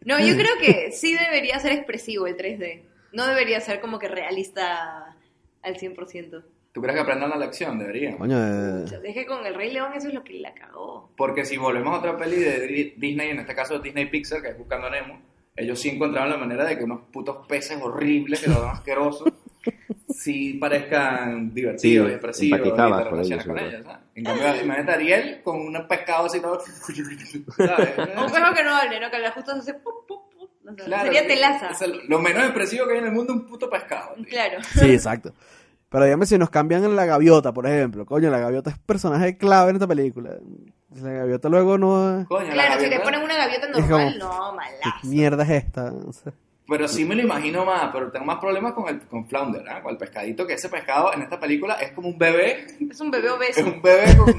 Speaker 4: No, yo creo que sí debería ser expresivo el 3D. No debería ser como que realista al 100%.
Speaker 3: ¿Tú crees que aprendan la lección? Deberían.
Speaker 5: Coño, eh,
Speaker 4: O sea, Es que con el Rey León eso es lo que la cagó.
Speaker 3: Porque si volvemos a otra peli de Di- Disney, en este caso Disney Pixar, que es Buscando a Nemo, ellos sí encontraron la manera de que unos putos peces horribles, que lo dan asquerosos, sí parezcan divertidos,
Speaker 6: Sí,
Speaker 3: expresivos, y te
Speaker 6: empatizabas con
Speaker 3: relacionas
Speaker 6: ellos,
Speaker 3: con
Speaker 6: seguro.
Speaker 3: ellos, ¿sabes? En cambio, imagínate a Ariel con un pescado así, todo, ¿sabes?
Speaker 4: Un perro que no hable, ¿no? Que habla justo hace pop, pop, pop. O sea,
Speaker 3: Claro,
Speaker 4: sería
Speaker 3: que-
Speaker 4: telaza.
Speaker 3: es el- lo menos expresivo que hay en el mundo un puto pescado. tío.
Speaker 4: Claro.
Speaker 5: Sí, exacto. Pero dígame si nos cambian en la gaviota, por ejemplo. Coño, la gaviota es personaje clave en esta película. La gaviota luego no es...
Speaker 3: Coño, la
Speaker 4: Claro, si te
Speaker 3: gaviota-
Speaker 4: ponen una gaviota
Speaker 5: como-
Speaker 4: normal, no, mala.
Speaker 5: ¿Qué mierda es esta? O sea,
Speaker 3: Pero sí me lo imagino más, pero tengo más problemas con el con Flounder, ¿ah? con el pescadito, que ese pescado en esta película es como un bebé,
Speaker 4: Es un bebé
Speaker 3: es
Speaker 4: obeso.
Speaker 3: un bebé con...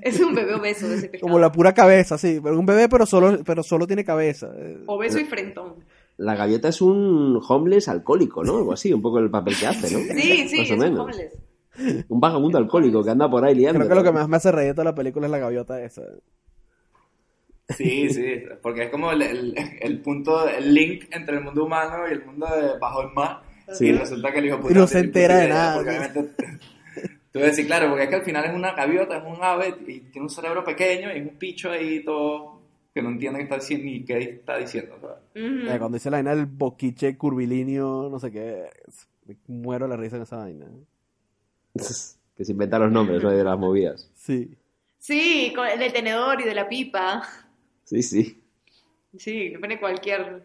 Speaker 4: Es un bebé obeso ese pescado.
Speaker 5: como la pura cabeza, sí. Pero un bebé, pero solo, pero solo tiene cabeza. Eh,
Speaker 4: Obeso y frentón.
Speaker 6: La gaviota es un homeless alcohólico, ¿no? Algo así, un poco el papel que hace, ¿no?
Speaker 4: Sí, sí,
Speaker 6: Más
Speaker 4: es
Speaker 6: o
Speaker 4: un
Speaker 6: menos.
Speaker 4: homeless.
Speaker 6: Un vagabundo alcohólico que anda por ahí liando.
Speaker 5: Creo que lo que
Speaker 6: ¿no?
Speaker 5: más me hace reír de toda la película es la gaviota esa. Eh,
Speaker 3: Sí, sí, porque es como el, el- el punto, el link entre el mundo humano y el mundo de bajo el mar.
Speaker 6: Sí.
Speaker 3: Y resulta que el hijo de
Speaker 5: Y no
Speaker 3: no
Speaker 5: se entera de nada, pues.
Speaker 3: Porque
Speaker 5: sí.
Speaker 3: obviamente- Tú decís, claro, porque es que al final es una gaviota, es un ave y tiene un cerebro pequeño y es un picho ahí todo que no entiende qué está diciendo ni qué está diciendo. ¿sabes?
Speaker 4: Ujú.
Speaker 5: Eh, Cuando dice la vaina del boquiche curvilíneo, no sé qué. es- me Muero la risa en esa vaina.
Speaker 6: Que se inventan los nombres, ¿no? De las movidas.
Speaker 5: Sí.
Speaker 4: Sí, con el del tenedor y de la pipa.
Speaker 6: Sí, sí.
Speaker 4: Sí, le pone cualquier.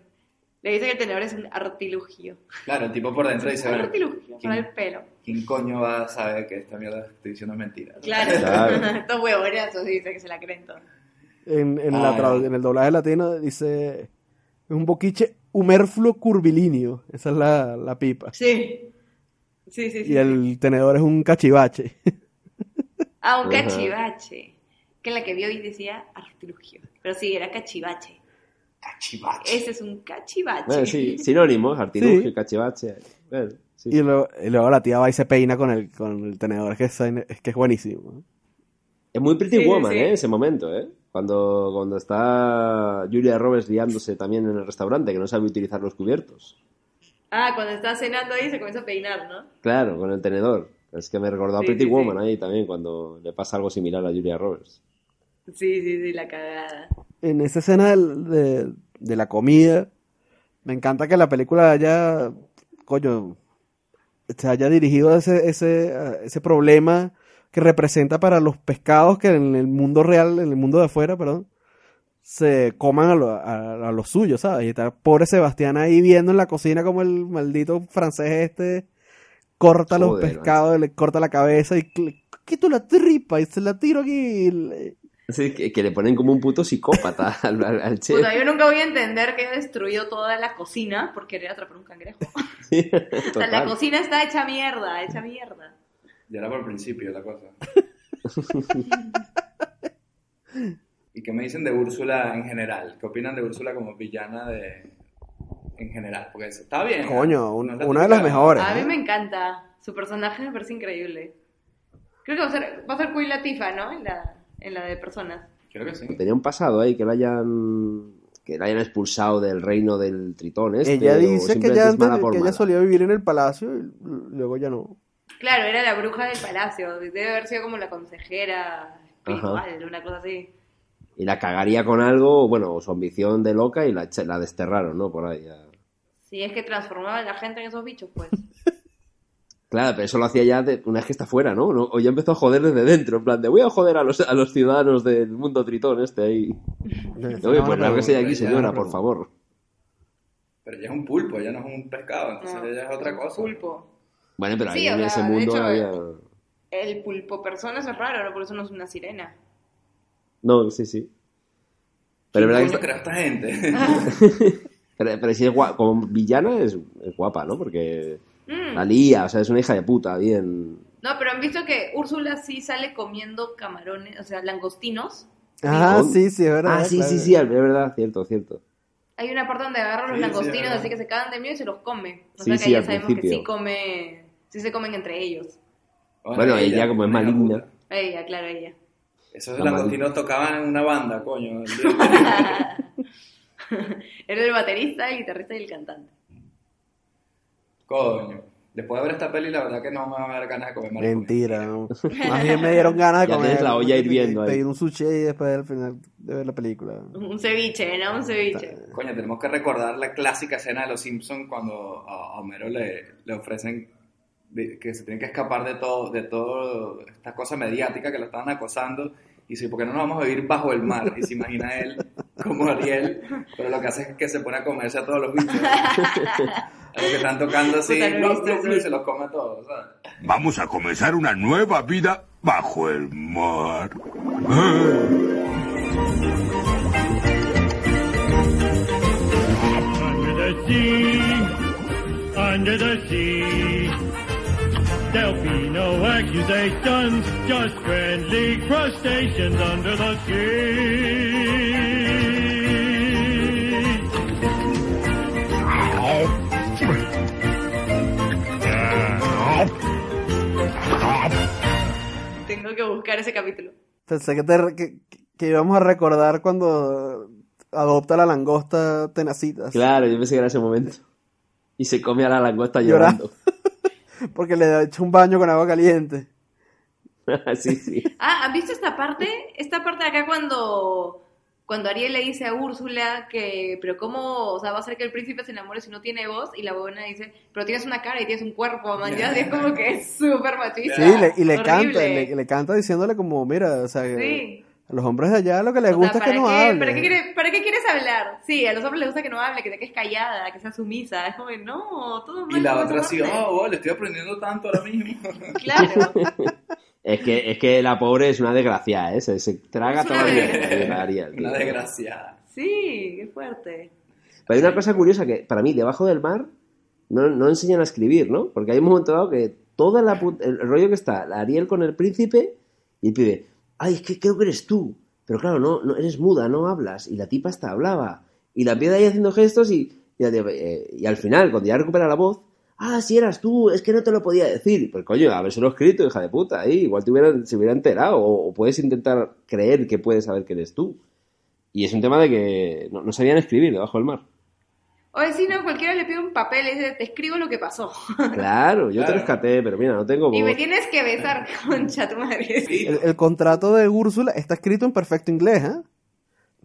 Speaker 4: Le dice que el tenedor es un artilugio.
Speaker 3: Claro, el tipo por dentro dice,
Speaker 4: Un
Speaker 3: bueno,
Speaker 4: artilugio, para
Speaker 3: ¿quién,
Speaker 4: el pelo.
Speaker 3: quién coño va a saber que esta mierda que estoy diciendo es mentira?
Speaker 4: Claro,
Speaker 6: Claro.
Speaker 4: estos huevoneazos dice que se la creen todos.
Speaker 5: En, en la
Speaker 3: Ah,
Speaker 5: trad-
Speaker 3: ya.
Speaker 5: en el doblaje latino dice "Es un boquiche humerfluo curvilíneo. Esa es la, la pipa.
Speaker 4: Sí. Sí, sí, sí.
Speaker 5: Y el tenedor es un cachivache.
Speaker 4: Ah, un
Speaker 6: Ajá.
Speaker 4: cachivache. Que en la que vio y decía artilugio. Pero sí, era cachivache.
Speaker 3: Cachivache.
Speaker 4: Ese es un cachivache.
Speaker 6: Bueno, sí, sinónimos, artilugio,
Speaker 5: Sí.
Speaker 6: cachivache. Bueno, sí.
Speaker 5: Y luego, y luego la tía va y se peina con el, con el tenedor. Es que es, es que es buenísimo.
Speaker 6: Es muy Pretty
Speaker 4: Sí, sí,
Speaker 6: Woman,
Speaker 4: sí.
Speaker 6: ¿eh? Ese momento, ¿eh? Cuando, cuando está Julia Roberts liándose también en el restaurante, que no sabe utilizar los cubiertos.
Speaker 4: Ah, cuando está cenando ahí se comienza a peinar, ¿no?
Speaker 6: Claro, con el tenedor. Es que me recordó a
Speaker 4: Sí,
Speaker 6: Pretty
Speaker 4: sí, sí.
Speaker 6: Woman ahí también, cuando le pasa algo similar a Julia Roberts.
Speaker 4: Sí, sí, sí, la cagada.
Speaker 5: En esa escena del- de, de la comida, me encanta que la película haya, coño, se haya dirigido a ese, ese, a ese problema que representa para los pescados que en el mundo real, en el mundo de afuera, perdón, se coman a, lo- a- a los suyos, ¿sabes? Y está el pobre Sebastián ahí viendo en la cocina como el maldito francés este corta los
Speaker 6: Joder,
Speaker 5: pescados, le corta la cabeza y cl- quito la tripa y se la tiro aquí. y le-
Speaker 6: Sí, que, que le ponen como un puto psicópata al, al- al chef.
Speaker 4: Puta, yo nunca voy a entender que he destruido toda la cocina por querer atrapar un cangrejo. O sea, la
Speaker 6: Total.
Speaker 4: cocina está hecha mierda, hecha mierda.
Speaker 3: Ya era por el principio la cosa. ¿Y qué me dicen de Úrsula en general? ¿Qué opinan de Úrsula como villana de... en general? Porque eso está bien. ¿eh?
Speaker 5: Coño, un-
Speaker 3: No es la
Speaker 5: una de
Speaker 3: típica-
Speaker 5: las mejores.
Speaker 4: A mí
Speaker 5: ¿eh?
Speaker 4: me encanta. Su personaje me parece increíble. Creo que va a ser, va a ser Queen Latifah, ¿no? En la, en la de personas.
Speaker 3: Creo que sí.
Speaker 6: Tenía un pasado ahí, que la hayan que la hayan expulsado del reino del tritón este,
Speaker 5: ella
Speaker 6: o
Speaker 5: dice que
Speaker 6: simplemente
Speaker 5: ella,
Speaker 6: es mala
Speaker 5: antes-
Speaker 6: por
Speaker 5: que ella
Speaker 6: mala.
Speaker 5: solía vivir en el palacio y l- luego ya no.
Speaker 4: Claro, era la bruja del palacio. Debe haber sido como la consejera espiritual, una cosa así.
Speaker 6: Y la cagaría con algo, bueno, o su ambición de loca y la, echa- la desterraron, ¿no? Por ahí. ya.
Speaker 4: Si es que transformaba a la gente en esos bichos, pues.
Speaker 6: Claro, pero eso lo hacía ya de- una vez que está fuera, ¿no? ¿no? O ya empezó a joder desde dentro, en plan de voy a joder a los, a los ciudadanos del mundo tritón este ahí. Oye, pues lárguese de aquí,
Speaker 3: ya,
Speaker 6: señora,
Speaker 3: no,
Speaker 6: por favor.
Speaker 3: Pero ella es un pulpo, ella no es un pescado, entonces
Speaker 4: No,
Speaker 3: ella es otra cosa.
Speaker 4: Pulpo.
Speaker 6: Bueno, pero ahí
Speaker 4: Sí, o
Speaker 6: en
Speaker 4: sea,
Speaker 6: ese
Speaker 4: de
Speaker 6: mundo
Speaker 4: hecho, eh,
Speaker 6: había...
Speaker 4: El pulpo persona eso es raro, ¿no? Por eso no es una sirena.
Speaker 6: No, sí, sí. Pero es verdad que
Speaker 3: ¿Cómo
Speaker 6: está-
Speaker 3: creó esta gente?
Speaker 6: Pero, pero si es guapa, como villana es, es guapa, ¿no? Porque
Speaker 4: Mm.
Speaker 6: la lía, o sea, es una hija de puta, bien.
Speaker 4: No, pero han visto que Úrsula sí sale comiendo camarones, o sea, langostinos.
Speaker 5: Ah,
Speaker 6: Con-
Speaker 5: sí, sí, es verdad.
Speaker 6: Ah, sí,
Speaker 5: claro.
Speaker 6: sí, sí, es verdad, cierto, cierto.
Speaker 4: Hay una parte donde agarra los
Speaker 3: Sí, sí,
Speaker 4: langostinos,
Speaker 3: ajá.
Speaker 4: así que se cagan de miedo y se los come. O
Speaker 6: Sí,
Speaker 4: sea que
Speaker 6: sí,
Speaker 4: ahí ya
Speaker 6: al
Speaker 4: sabemos que
Speaker 6: principio.
Speaker 4: sí come, sí se comen entre ellos.
Speaker 6: Bueno, ella como es
Speaker 3: una hija
Speaker 6: maligna.
Speaker 3: puta.
Speaker 4: Ella, claro, ella.
Speaker 3: Esos
Speaker 6: La
Speaker 3: langostinos tocaban en una banda, coño.
Speaker 4: Era el baterista, el guitarrista y el cantante.
Speaker 3: coño. Después de ver esta peli, la verdad que no me va a dar ganas de comer más.
Speaker 5: Mentira, ¿no? Más bien me dieron ganas de
Speaker 6: Ya
Speaker 5: comer.
Speaker 6: tienes la olla hirviendo ahí.
Speaker 5: Pedir un sushi y después al final de ver la película.
Speaker 4: Un ceviche, ¿no? Un ceviche.
Speaker 3: Coño, tenemos que recordar la clásica escena de Los Simpsons cuando a a Homero le, le ofrecen de- que se tienen que escapar de todo, de todo esta cosa mediática que lo estaban acosando. Y dice, ¿por qué no nos vamos a vivir bajo el mar? Y se imagina él como Ariel, pero lo que hace es que se pone a comerse a todos los bichos. a los que están tocando así,
Speaker 4: Puta, no he
Speaker 3: blu,
Speaker 4: visto
Speaker 3: blu, blu,
Speaker 4: eso.
Speaker 3: y se los come a todos. ¿sabes?
Speaker 8: Vamos a comenzar una nueva vida bajo el mar.
Speaker 1: Under the sea, under the sea, there'll be no accusations, just friendly crustaceans under the sea.
Speaker 4: Tengo que buscar ese capítulo.
Speaker 5: Pensé que, te, que, que íbamos a recordar cuando adopta la langosta tenacitas.
Speaker 6: Claro, yo pensé que era ese momento. Y se come a la langosta
Speaker 5: Llora.
Speaker 6: llorando.
Speaker 5: Porque le echa un baño con agua caliente.
Speaker 6: sí, sí.
Speaker 4: Ah, ¿han visto esta parte? Esta parte de acá cuando Cuando Ariel le dice a Úrsula que, pero cómo, o sea, va a ser que el príncipe se enamore si no tiene voz, y la buena dice, pero tienes una cara y tienes un cuerpo, man, ya, y es como que es súper machista.
Speaker 5: Sí, le- y le
Speaker 4: Horrible.
Speaker 5: canta, le, le canta diciéndole como, mira, o sea,
Speaker 4: Sí.
Speaker 5: a los hombres de allá lo que
Speaker 4: O sea,
Speaker 5: les Eh, gusta es que
Speaker 4: ¿para
Speaker 5: no
Speaker 4: qué-
Speaker 5: hablen.
Speaker 4: ¿para qué, quiere- ¿Para qué quieres hablar? Sí, a los hombres les gusta que no hable, que te quedes callada, que seas sumisa. Es como, que, no, todo mal.
Speaker 3: Y la
Speaker 4: todo
Speaker 3: otra sí,
Speaker 4: mal.
Speaker 3: oh, wow, le estoy aprendiendo tanto ahora mismo.
Speaker 4: Claro.
Speaker 6: Es que, es que la pobre es una desgracia, ¿eh? Se, se traga
Speaker 4: Es
Speaker 6: todo
Speaker 4: una
Speaker 6: el
Speaker 4: desgracia.
Speaker 6: día, Ariel, tío.
Speaker 3: Una desgraciada.
Speaker 4: Sí, qué fuerte.
Speaker 6: Pero hay una cosa curiosa que, para mí, debajo del mar no, no enseñan a escribir, ¿no? Porque hay un momento dado que toda la put- el rollo que está la Ariel con el príncipe y el pibe, ay, es que creo que eres tú. Pero claro, no, no eres muda, no hablas. Y la tipa hasta hablaba. Y la piedra ahí haciendo gestos y, y, la tipa, eh, y al final, cuando ya recupera la voz, ah, si eras tú, es que no te lo podía decir. Pues coño, habérselo escrito, hija de puta. Ahí, igual te hubiera- se hubiera enterado. O, o puedes intentar creer que puedes saber que eres tú. Y es un tema de que no, no sabían escribir debajo del mar.
Speaker 4: Oye, sí, no, cualquiera le pide un papel, es de, te escribo lo que pasó.
Speaker 6: Claro, yo te
Speaker 3: Claro.
Speaker 6: rescaté, pero mira, no tengo voz.
Speaker 4: Y me tienes que besar, concha tu madre. Sí,
Speaker 3: Sí,
Speaker 5: El, el contrato de Úrsula está escrito en perfecto inglés, ¿eh?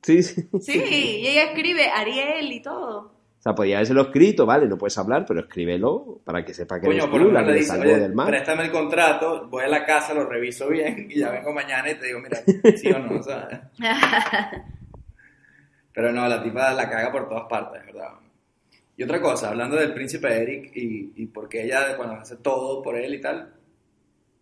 Speaker 6: Sí, sí. O
Speaker 4: y ella escribe Ariel y todo.
Speaker 6: sea, podía haberlo escrito, vale, no puedes hablar, pero escríbelo para que sepa que eres
Speaker 3: Coño, por
Speaker 6: tú
Speaker 3: lo
Speaker 6: la
Speaker 3: menos le
Speaker 6: que le
Speaker 3: dice,
Speaker 6: salvó
Speaker 3: oye,
Speaker 6: del mar.
Speaker 3: préstame el contrato, voy a la casa, lo reviso bien y ya vengo mañana y te digo, mira, sí o no, ¿sabes? Pero no, la tipa la caga por todas partes, ¿verdad? Y otra cosa, hablando del príncipe Eric y, y porque ella, bueno, hace todo por él y tal.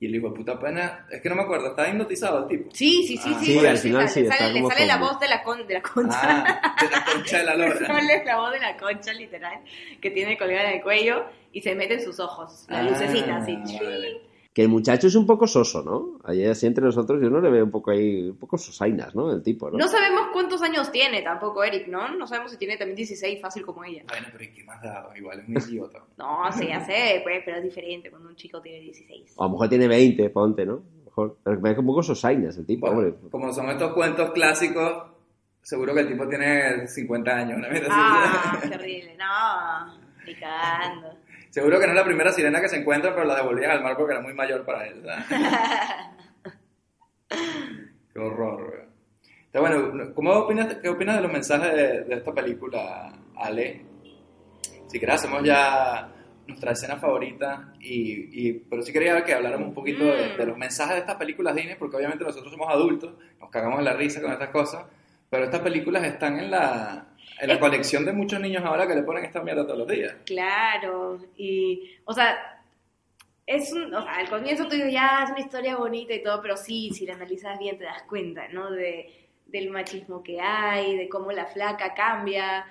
Speaker 3: Y el hijo de puta pena, es que no me acuerdo, estaba hipnotizado el tipo.
Speaker 4: Sí, sí, sí,
Speaker 3: Ah,
Speaker 4: sí.
Speaker 6: sí,
Speaker 4: porque
Speaker 6: al final sí,
Speaker 4: le
Speaker 6: está
Speaker 4: sale, le
Speaker 6: como
Speaker 4: sale la
Speaker 6: zombie.
Speaker 4: voz de la, con, de la concha.
Speaker 3: Ah, de la concha de la lora.
Speaker 4: Sale la voz de la concha, literal, que tiene colgada en el cuello y se mete en sus ojos, la
Speaker 3: Ah,
Speaker 4: lucecita así.
Speaker 3: vale.
Speaker 6: Que el muchacho es un poco soso, ¿no? Ayer así entre nosotros yo no le veo un poco ahí, un poco sosainas, ¿no? El tipo, ¿no?
Speaker 4: No sabemos cuántos años tiene tampoco Eric, ¿no? No sabemos si tiene también 16, fácil como ella.
Speaker 3: Bueno, pero ¿y qué más da? Igual es un idiota.
Speaker 4: No, sí, ya sé, pues, pero es diferente cuando un chico tiene 16.
Speaker 6: O a lo mejor tiene 20, ponte, ¿no? A lo Mejor. Pero me que un poco sosainas el tipo,
Speaker 3: Bueno,
Speaker 6: hombre.
Speaker 3: como son estos cuentos clásicos, seguro que el tipo tiene 50 años, una mierda así.
Speaker 4: Ah, terrible, no, ni cagando.
Speaker 3: Seguro que no es la primera sirena que se encuentra, pero la devolvían al mar porque era muy mayor para él. ¿verdad? qué horror, weón. Está bueno, ¿cómo opinas, ¿qué opinas de los mensajes de, de esta película, Ale? Si querés, hacemos ya nuestra escena favorita, y, y- pero sí quería que habláramos un poquito de, de los mensajes de estas películas Disney, porque obviamente nosotros somos adultos, nos cagamos en la risa con estas cosas, pero estas películas están en la, en la colección de muchos niños ahora que le ponen esta mierda todos los días.
Speaker 4: Claro, y, o sea, es un, o sea, al comienzo tú dices, ya, es una historia bonita y todo, pero sí, si la analizas bien te das cuenta, ¿no? De, del machismo que hay, de cómo la flaca cambia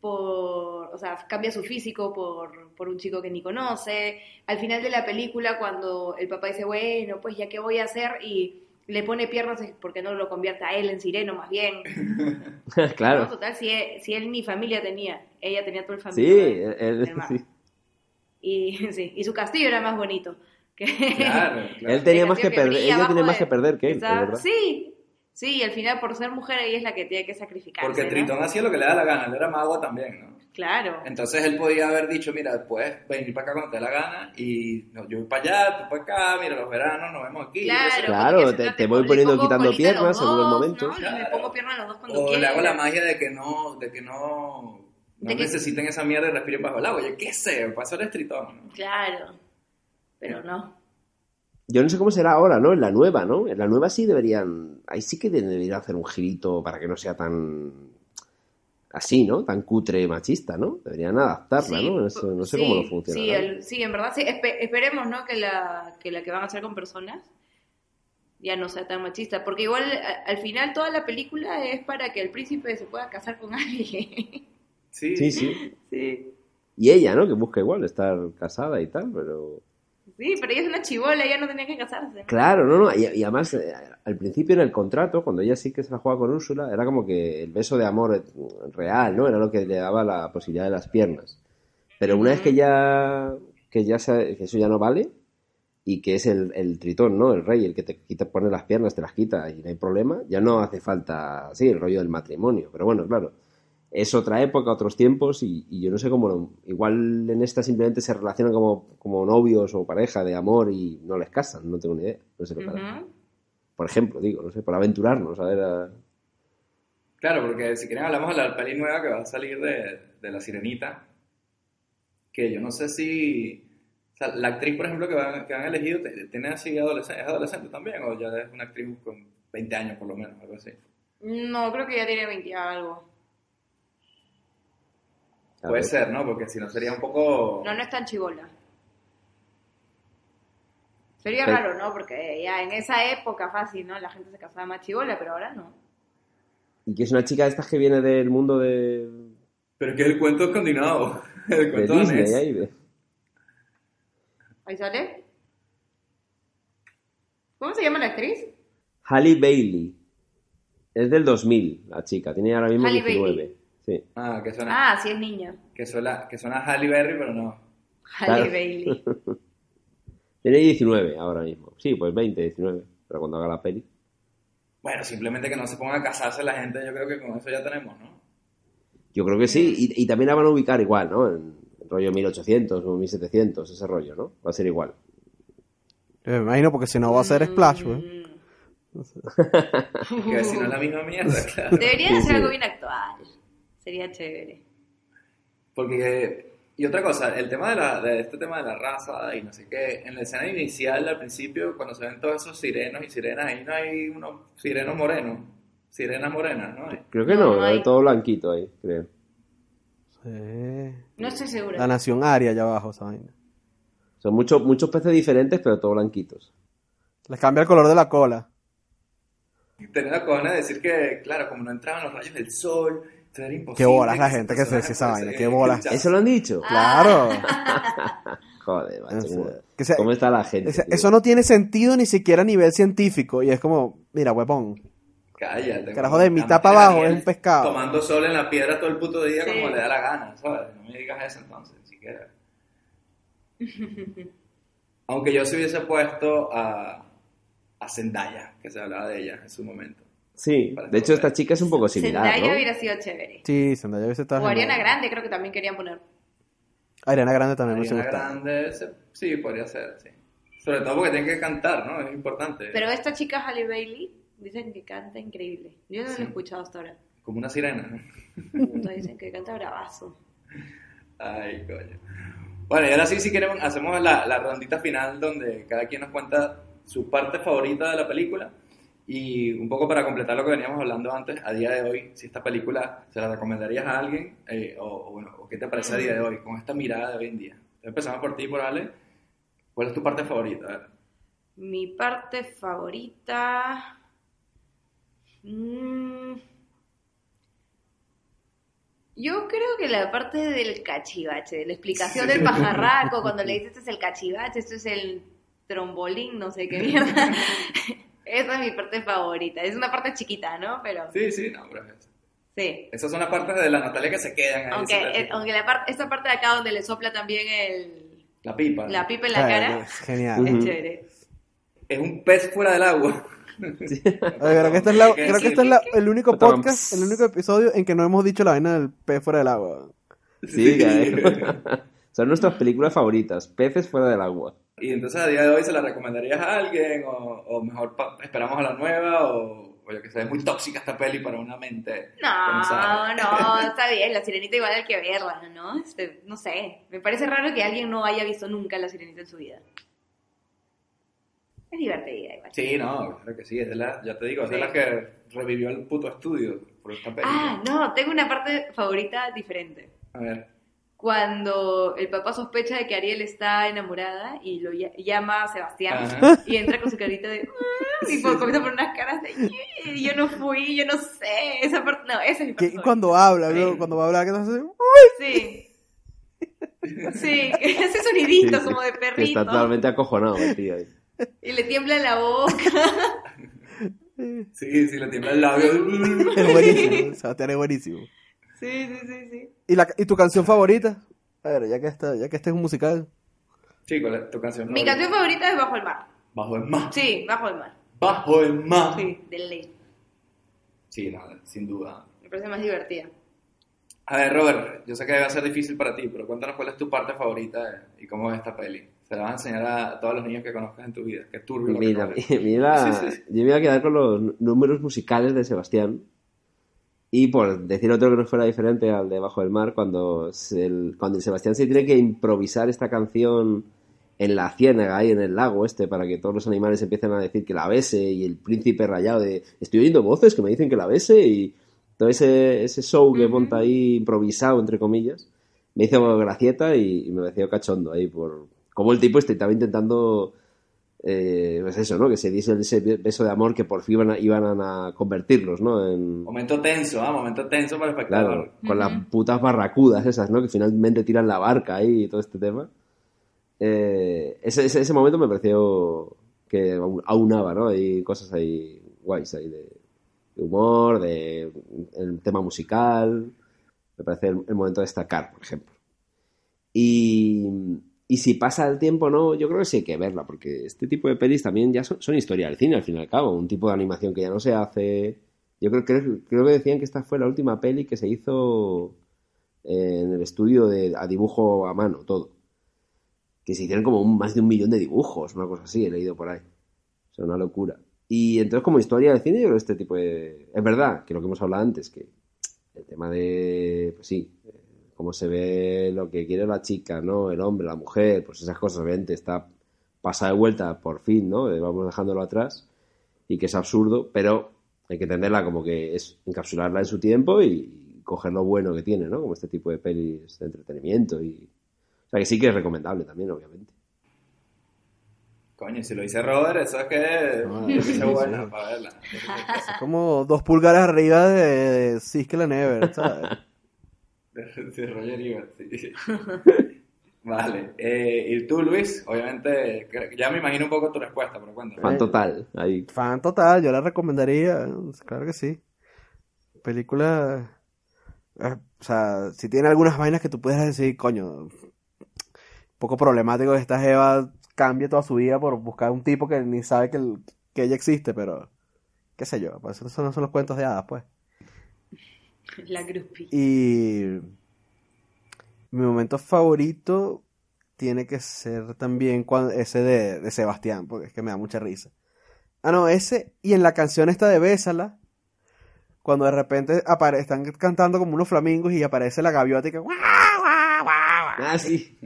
Speaker 4: por, o sea, cambia su físico por, por un chico que ni conoce. Al final de la película, cuando el papá dice, bueno, pues ya qué voy a hacer, y le pone piernas es porque no lo convierte a él en sireno, más bien. No,
Speaker 6: claro.
Speaker 4: total, si, él- si él ni familia tenía, ella tenía todo el
Speaker 6: Sí,
Speaker 4: familia.
Speaker 6: él- él-
Speaker 4: hermano.
Speaker 6: sí.
Speaker 4: Y, sí, y su castillo era más bonito. Que...
Speaker 3: Claro, claro.
Speaker 6: Él tenía
Speaker 4: El
Speaker 6: más que
Speaker 4: castillo que
Speaker 6: perder,
Speaker 4: brilla
Speaker 6: ella
Speaker 4: abajo
Speaker 6: tiene más
Speaker 4: de-
Speaker 6: que perder que él,
Speaker 4: Esa-
Speaker 6: de verdad.
Speaker 4: Sí, sí, y al final por ser mujer ella es la que tiene que sacrificarse.
Speaker 3: Porque
Speaker 4: ¿no?
Speaker 3: Tritón hacía lo que le da la gana, él era mago también, ¿no?
Speaker 4: Claro.
Speaker 3: Entonces él podía haber dicho, mira, puedes venir para acá cuando te dé la gana y no, yo voy para allá, tú para acá, mira, los veranos nos vemos aquí.
Speaker 4: Claro,
Speaker 6: Claro,
Speaker 4: porque
Speaker 6: te-
Speaker 4: se-
Speaker 6: te voy
Speaker 4: le
Speaker 6: poniendo-
Speaker 4: pongo
Speaker 6: quitando
Speaker 4: colita a los
Speaker 6: piernas según el
Speaker 4: dos,
Speaker 6: momento.
Speaker 4: ¿no? Y
Speaker 3: Claro.
Speaker 4: le pongo piernas a los dos cuando
Speaker 3: o le
Speaker 4: quiera.
Speaker 3: hago la magia de que no, de que no, no
Speaker 4: De que-
Speaker 3: necesiten esa mierda y respiren bajo el agua. Yo qué sé, pasó el Tritón. ¿no?
Speaker 4: Claro, pero no.
Speaker 6: Yo no sé cómo será ahora, ¿no? En la nueva, ¿no? En la nueva sí deberían. Ahí sí que deberían hacer un girito para que no sea tan. Así, ¿no? Tan cutre machista, ¿no? Deberían adaptarla,
Speaker 4: Sí,
Speaker 6: ¿no? No sé, no sé
Speaker 4: sí,
Speaker 6: cómo lo funciona.
Speaker 4: Sí, el- sí, en verdad, sí. Espe- esperemos, ¿no? Que la, que la que van a hacer con personas ya no sea tan machista. Porque igual, a- al final, toda la película es para que el príncipe se pueda casar con alguien.
Speaker 3: Sí,
Speaker 6: Sí, sí.
Speaker 4: Sí.
Speaker 6: Y ella, ¿no? Que busca igual estar casada y tal, pero.
Speaker 4: Sí, pero ella es una chivola, ella no tenía que casarse.
Speaker 6: Claro, no, no. Y, y además, eh, al principio en el contrato, cuando ella sí que se la jugaba con Úrsula, era como que el beso de amor eh, real, ¿no? Era lo que le daba la posibilidad de las piernas. Pero una vez que ya, que ya se- que eso ya no vale, y que es el, el tritón, ¿no? El rey, el que te quita, pone las piernas, te las quita y no hay problema, ya no hace falta, sí, el rollo del matrimonio. Pero bueno, claro, es otra época, otros tiempos, y, y yo no sé cómo, lo- igual en esta simplemente se relacionan como, como novios o pareja de amor y no les casan, no tengo ni idea, no sé lo que harán.
Speaker 4: Ujú.
Speaker 6: Por ejemplo, digo, no sé, por aventurarnos, a ver, a-
Speaker 3: Claro, porque si quieren hablamos de la peli nueva que va a salir de, de La Sirenita, que yo no sé si... O sea, la actriz, por ejemplo, que, van- que han elegido, te- ¿tiene así adolescente, es adolescente también? ¿O ya es una actriz con 20 años por lo menos, algo así?
Speaker 4: No, creo que ya tiene 20 algo.
Speaker 6: A
Speaker 3: Puede
Speaker 6: ver.
Speaker 3: ser, ¿no? Porque si no sería un poco...
Speaker 4: No, no es tan chivola. Sería
Speaker 6: Sí.
Speaker 4: raro, ¿no? Porque ya en esa época fácil, ¿no? La gente se casaba más chivola, pero ahora no.
Speaker 6: Y que es una chica de estas que viene del mundo de,
Speaker 3: Pero es que el cuento es continuado. El
Speaker 6: de
Speaker 3: cuento de
Speaker 6: Disney.
Speaker 3: Anés.
Speaker 6: ahí, de-
Speaker 4: Ahí sale. ¿Cómo se llama la actriz?
Speaker 6: Halle Bailey. Es del 2000, la chica. Tiene ahora mismo
Speaker 4: Halle
Speaker 6: 19. Sí.
Speaker 3: Ah, que suena,
Speaker 4: Ah, sí es niña.
Speaker 3: que suena, que suena Halle Berry, pero no.
Speaker 4: Halle
Speaker 6: Claro.
Speaker 4: Bailey.
Speaker 6: Tiene 19 ahora mismo. Sí, pues 20, 19. Pero cuando haga la peli.
Speaker 3: Bueno, simplemente que no se pongan a casarse la gente, yo creo que con eso ya tenemos, ¿no?
Speaker 6: Yo creo que sí. Y, y también la van a ubicar igual, ¿no? En, en rollo 1800 o 1700, ese rollo, ¿no? Va a ser igual.
Speaker 5: Yo me imagino porque si no va a ser Splash, pues. güey.
Speaker 4: Mm.
Speaker 3: Porque si no es la misma mierda, claro.
Speaker 4: Debería
Speaker 6: Sí,
Speaker 4: de
Speaker 6: sí.
Speaker 4: ser algo bien actual. Sería chévere.
Speaker 3: Porque, y otra cosa, el tema de, la, de este tema de la raza y no sé qué, en la escena inicial, al principio, cuando se ven todos esos sirenos y sirenas, ahí no hay unos sirenos morenos, sirenas morenas, ¿no? hay.
Speaker 6: Creo que
Speaker 4: No,
Speaker 6: no,
Speaker 4: no hay.
Speaker 6: todo blanquito ahí, creo.
Speaker 5: Sí.
Speaker 4: No estoy segura.
Speaker 5: La nación aria allá abajo, esa vaina.
Speaker 6: Son muchos, muchos peces diferentes, pero todos blanquitos.
Speaker 5: Les cambia el color de la cola.
Speaker 3: Y Tener la cojona de decir que, claro, como no entraban los rayos del sol, entonces era imposible.
Speaker 5: Qué bolas la
Speaker 3: que
Speaker 5: gente que se
Speaker 3: personaje
Speaker 5: decía esa
Speaker 3: fuese
Speaker 5: vaina, qué bolas.
Speaker 3: hinchado.
Speaker 6: ¿Eso lo han dicho?
Speaker 5: Claro.
Speaker 4: Ah.
Speaker 6: Joder, macho,
Speaker 5: En serio.
Speaker 6: cómo-
Speaker 5: Que sea-
Speaker 6: ¿Cómo está la gente?
Speaker 5: O sea,
Speaker 6: tío?
Speaker 5: eso no tiene sentido ni siquiera a nivel científico. Y es como, mira, huevón.
Speaker 3: Cállate.
Speaker 5: Carajo,
Speaker 3: güey.
Speaker 5: de mitad
Speaker 3: Además,
Speaker 5: para abajo
Speaker 3: Daniel
Speaker 5: es un pescado.
Speaker 3: Tomando sol en la piedra todo el puto día
Speaker 4: Sí.
Speaker 3: como le da la gana, ¿sabes? No me digas eso entonces, ni siquiera. Aunque yo se hubiese puesto a, a Zendaya, que se hablaba de ella en su momento.
Speaker 6: Sí, de hecho esta chica es un poco similar,
Speaker 4: Zendaya
Speaker 6: ¿no?
Speaker 4: hubiera sido chévere.
Speaker 5: Sí, Zendaya hubiese estado
Speaker 4: O Ariana
Speaker 5: genial.
Speaker 4: Grande creo que también querían poner.
Speaker 5: Ariana Grande también me hubiese
Speaker 3: Ariana
Speaker 5: gustado.
Speaker 3: Grande, se- sí, podría ser, sí. Sobre todo porque tiene que cantar, ¿no? Es importante.
Speaker 4: Pero esta chica Halle Bailey dicen que canta increíble. Yo no la
Speaker 3: Sí.
Speaker 4: he escuchado hasta ahora.
Speaker 3: Como una sirena, ¿no?
Speaker 4: Entonces dicen que canta bravazo.
Speaker 3: Ay, coño. Bueno, y ahora sí, si queremos, hacemos la, la rondita final donde cada quien nos cuenta su parte favorita de la película y un poco para completar lo que veníamos hablando antes, a día de hoy, si esta película se la recomendarías a alguien eh, o, o bueno, o qué te parece a día de hoy, con esta mirada de hoy en día. Entonces, Empezamos por ti, por Ale. ¿Cuál es tu parte favorita? A ver.
Speaker 4: Mi parte favorita. mm, Yo creo que la parte del cachivache, de la explicación del pajarraco, cuando le dices este es el cachivache, esto es el trombolín, no sé qué mierda. Esa es mi parte favorita. Es una parte chiquita, ¿no? Pero
Speaker 3: Sí, sí, no, pero es-
Speaker 4: sí.
Speaker 3: esas son las partes de la Natalia que se quedan ahí.
Speaker 4: Aunque,
Speaker 3: se-
Speaker 4: eh, aunque la parte, esta parte de acá donde le sopla también el,
Speaker 3: La pipa.
Speaker 4: la pipa en la
Speaker 5: Ay,
Speaker 4: cara,
Speaker 5: es genial.
Speaker 6: Ujú.
Speaker 4: es chévere.
Speaker 3: Es un pez fuera del agua.
Speaker 5: Oye, creo que este es, la-
Speaker 3: ¿Qué
Speaker 5: creo que
Speaker 3: decir?
Speaker 5: este es la- el único
Speaker 6: Perdón.
Speaker 5: podcast, el único episodio en que no hemos dicho la vaina del pez fuera del agua.
Speaker 6: Sí, claro. Son nuestras películas favoritas, peces fuera del agua.
Speaker 3: Y entonces a día de hoy se la recomendarías a alguien, o, o mejor pa- esperamos a la nueva, o, o yo que sé, es muy tóxica esta peli para una mente.
Speaker 4: No,
Speaker 3: pensada.
Speaker 4: no, está bien, la sirenita igual hay que verla, ¿no? Este, no sé, me parece raro que alguien no haya visto nunca la sirenita en su vida. Es divertida igual.
Speaker 3: Sí, no, claro que sí, es de la, ya te digo, es de
Speaker 4: Sí.
Speaker 3: la que revivió el puto estudio por esta peli.
Speaker 4: Ah, no, tengo una parte favorita diferente.
Speaker 3: A ver,
Speaker 4: Cuando el papá sospecha de que Ariel está enamorada y lo ll- llama a Sebastián
Speaker 3: Ajá.
Speaker 4: y entra con su carita de... "Mm", Y pues comienza a poner unas caras de... "Yeah, Yo no fui, yo no sé. Esa parte... No, esa es mi
Speaker 5: Que
Speaker 4: parte favorita.
Speaker 5: cuando habla,
Speaker 4: Sí.
Speaker 5: bro, cuando va a hablar, que no hace?
Speaker 4: Sí. Sí, ese sonidito
Speaker 6: Sí, sí.
Speaker 4: como de
Speaker 6: Que
Speaker 4: perrito.
Speaker 6: está totalmente acojonado el tío. ahí.
Speaker 4: Y le tiembla la boca.
Speaker 3: sí, sí, le tiembla el labio.
Speaker 5: Es buenísimo, Sebastián es buenísimo.
Speaker 4: Sí, sí, sí, sí.
Speaker 5: ¿Y, la, ¿Y tu canción favorita? A ver, ya que, esta, ya que este es un musical.
Speaker 3: Chico, la- tu canción
Speaker 4: Mi
Speaker 3: favorita.
Speaker 4: canción favorita es Bajo el Mar.
Speaker 3: Bajo el mar,
Speaker 4: Sí, Bajo el Mar.
Speaker 3: bajo el mar.
Speaker 4: Sí, de ley.
Speaker 3: Sí, no, sin duda.
Speaker 4: Me parece más divertida.
Speaker 3: A ver, Robert, yo sé que va a ser difícil para ti, pero cuéntanos cuál es tu parte favorita eh, y cómo es esta peli. Se la vas a enseñar a, a todos los niños que conozcas en tu vida. Qué turbio lo que
Speaker 6: Mira,
Speaker 3: no es.
Speaker 6: mira,
Speaker 3: Sí, sí, sí.
Speaker 6: yo me voy a quedar con los números musicales de Sebastián. Y por decir otro que no fuera diferente al de Bajo el Mar, cuando, se- el, cuando el Sebastián se tiene que improvisar esta canción en la ciénaga, ahí en el lago este, para que todos los animales empiecen a decir que la bese, y el príncipe rayado de estoy oyendo voces que me dicen que la bese, y todo ese, ese show que monta ahí improvisado, entre comillas, me hizo gracieta y, y me pareció cachondo ahí por como el tipo este estaba intentando eh, pues eso, ¿no? Que se diese ese be- beso de amor que por fin iban a, iban a convertirlos, ¿no? En,
Speaker 3: Momento tenso, ah, momento tenso para el espectador.
Speaker 6: Claro, con las
Speaker 4: Ujú.
Speaker 6: putas barracudas esas, ¿no? Que finalmente tiran la barca ahí y todo este tema. Eh, ese, ese, ese momento me pareció que au- aunaba, ¿no? Hay cosas ahí guays, ahí de, de humor, de el tema musical. Me parece el, el momento de destacar, por ejemplo. Y, y si pasa el tiempo, no, yo creo que sí hay que verla, porque este tipo de pelis también ya son, son historia del cine, al fin y al cabo. Un tipo de animación que ya no se hace. Yo creo, creo, creo que decían que esta fue la última peli que se hizo eh, en el estudio de, a dibujo a mano, todo. Que se hicieron como un- más de un millón de dibujos, una cosa así, he leído por ahí. O sea, una locura. Y entonces, como historia del cine, yo creo que este tipo de. Es verdad que lo que hemos hablado antes, que el tema de. Pues sí, eh, cómo se ve lo que quiere la chica, ¿no? El hombre, la mujer, pues esas cosas, obviamente, está pasada de vuelta, por fin, ¿no? Eh, Vamos dejándolo atrás y que es absurdo, pero hay que entenderla como que es encapsularla en su tiempo y coger lo bueno que tiene, ¿no? Como este tipo de pelis de entretenimiento y... O sea, que sí que es recomendable también, obviamente.
Speaker 3: Coño, si lo dice Robert, eso es que
Speaker 5: Ah,
Speaker 3: es
Speaker 5: sí, sí,
Speaker 3: buena
Speaker 5: sí.
Speaker 3: para verla.
Speaker 5: Es como dos pulgares arriba de, de Siskel and Ebert, ¿sabes?
Speaker 3: De Roger Ebert, sí. Vale. Eh, y tú, Luis, obviamente, que- ya me imagino un poco tu respuesta, pero
Speaker 4: Eh.
Speaker 3: cuéntame.
Speaker 6: Fan total, ahí.
Speaker 5: Fan total, yo la recomendaría, pues, claro que sí. Película... eh, o sea, si tiene algunas vainas que tú puedes decir, coño, poco problemático que esta jeva cambie toda su vida por buscar un tipo que ni sabe que, el- que ella existe, pero... qué sé yo, pues esos no son los cuentos de hadas, pues.
Speaker 4: La groupie.
Speaker 5: Y mi momento favorito tiene que ser también cuan- ese de, de Sebastián, porque es que me da mucha risa. Ah, no, ese y en la canción esta de Bésala, cuando de repente apare- están cantando como unos flamingos y aparece la gaviota y que ¡guau, guau, guau, guau!
Speaker 6: Ah, sí.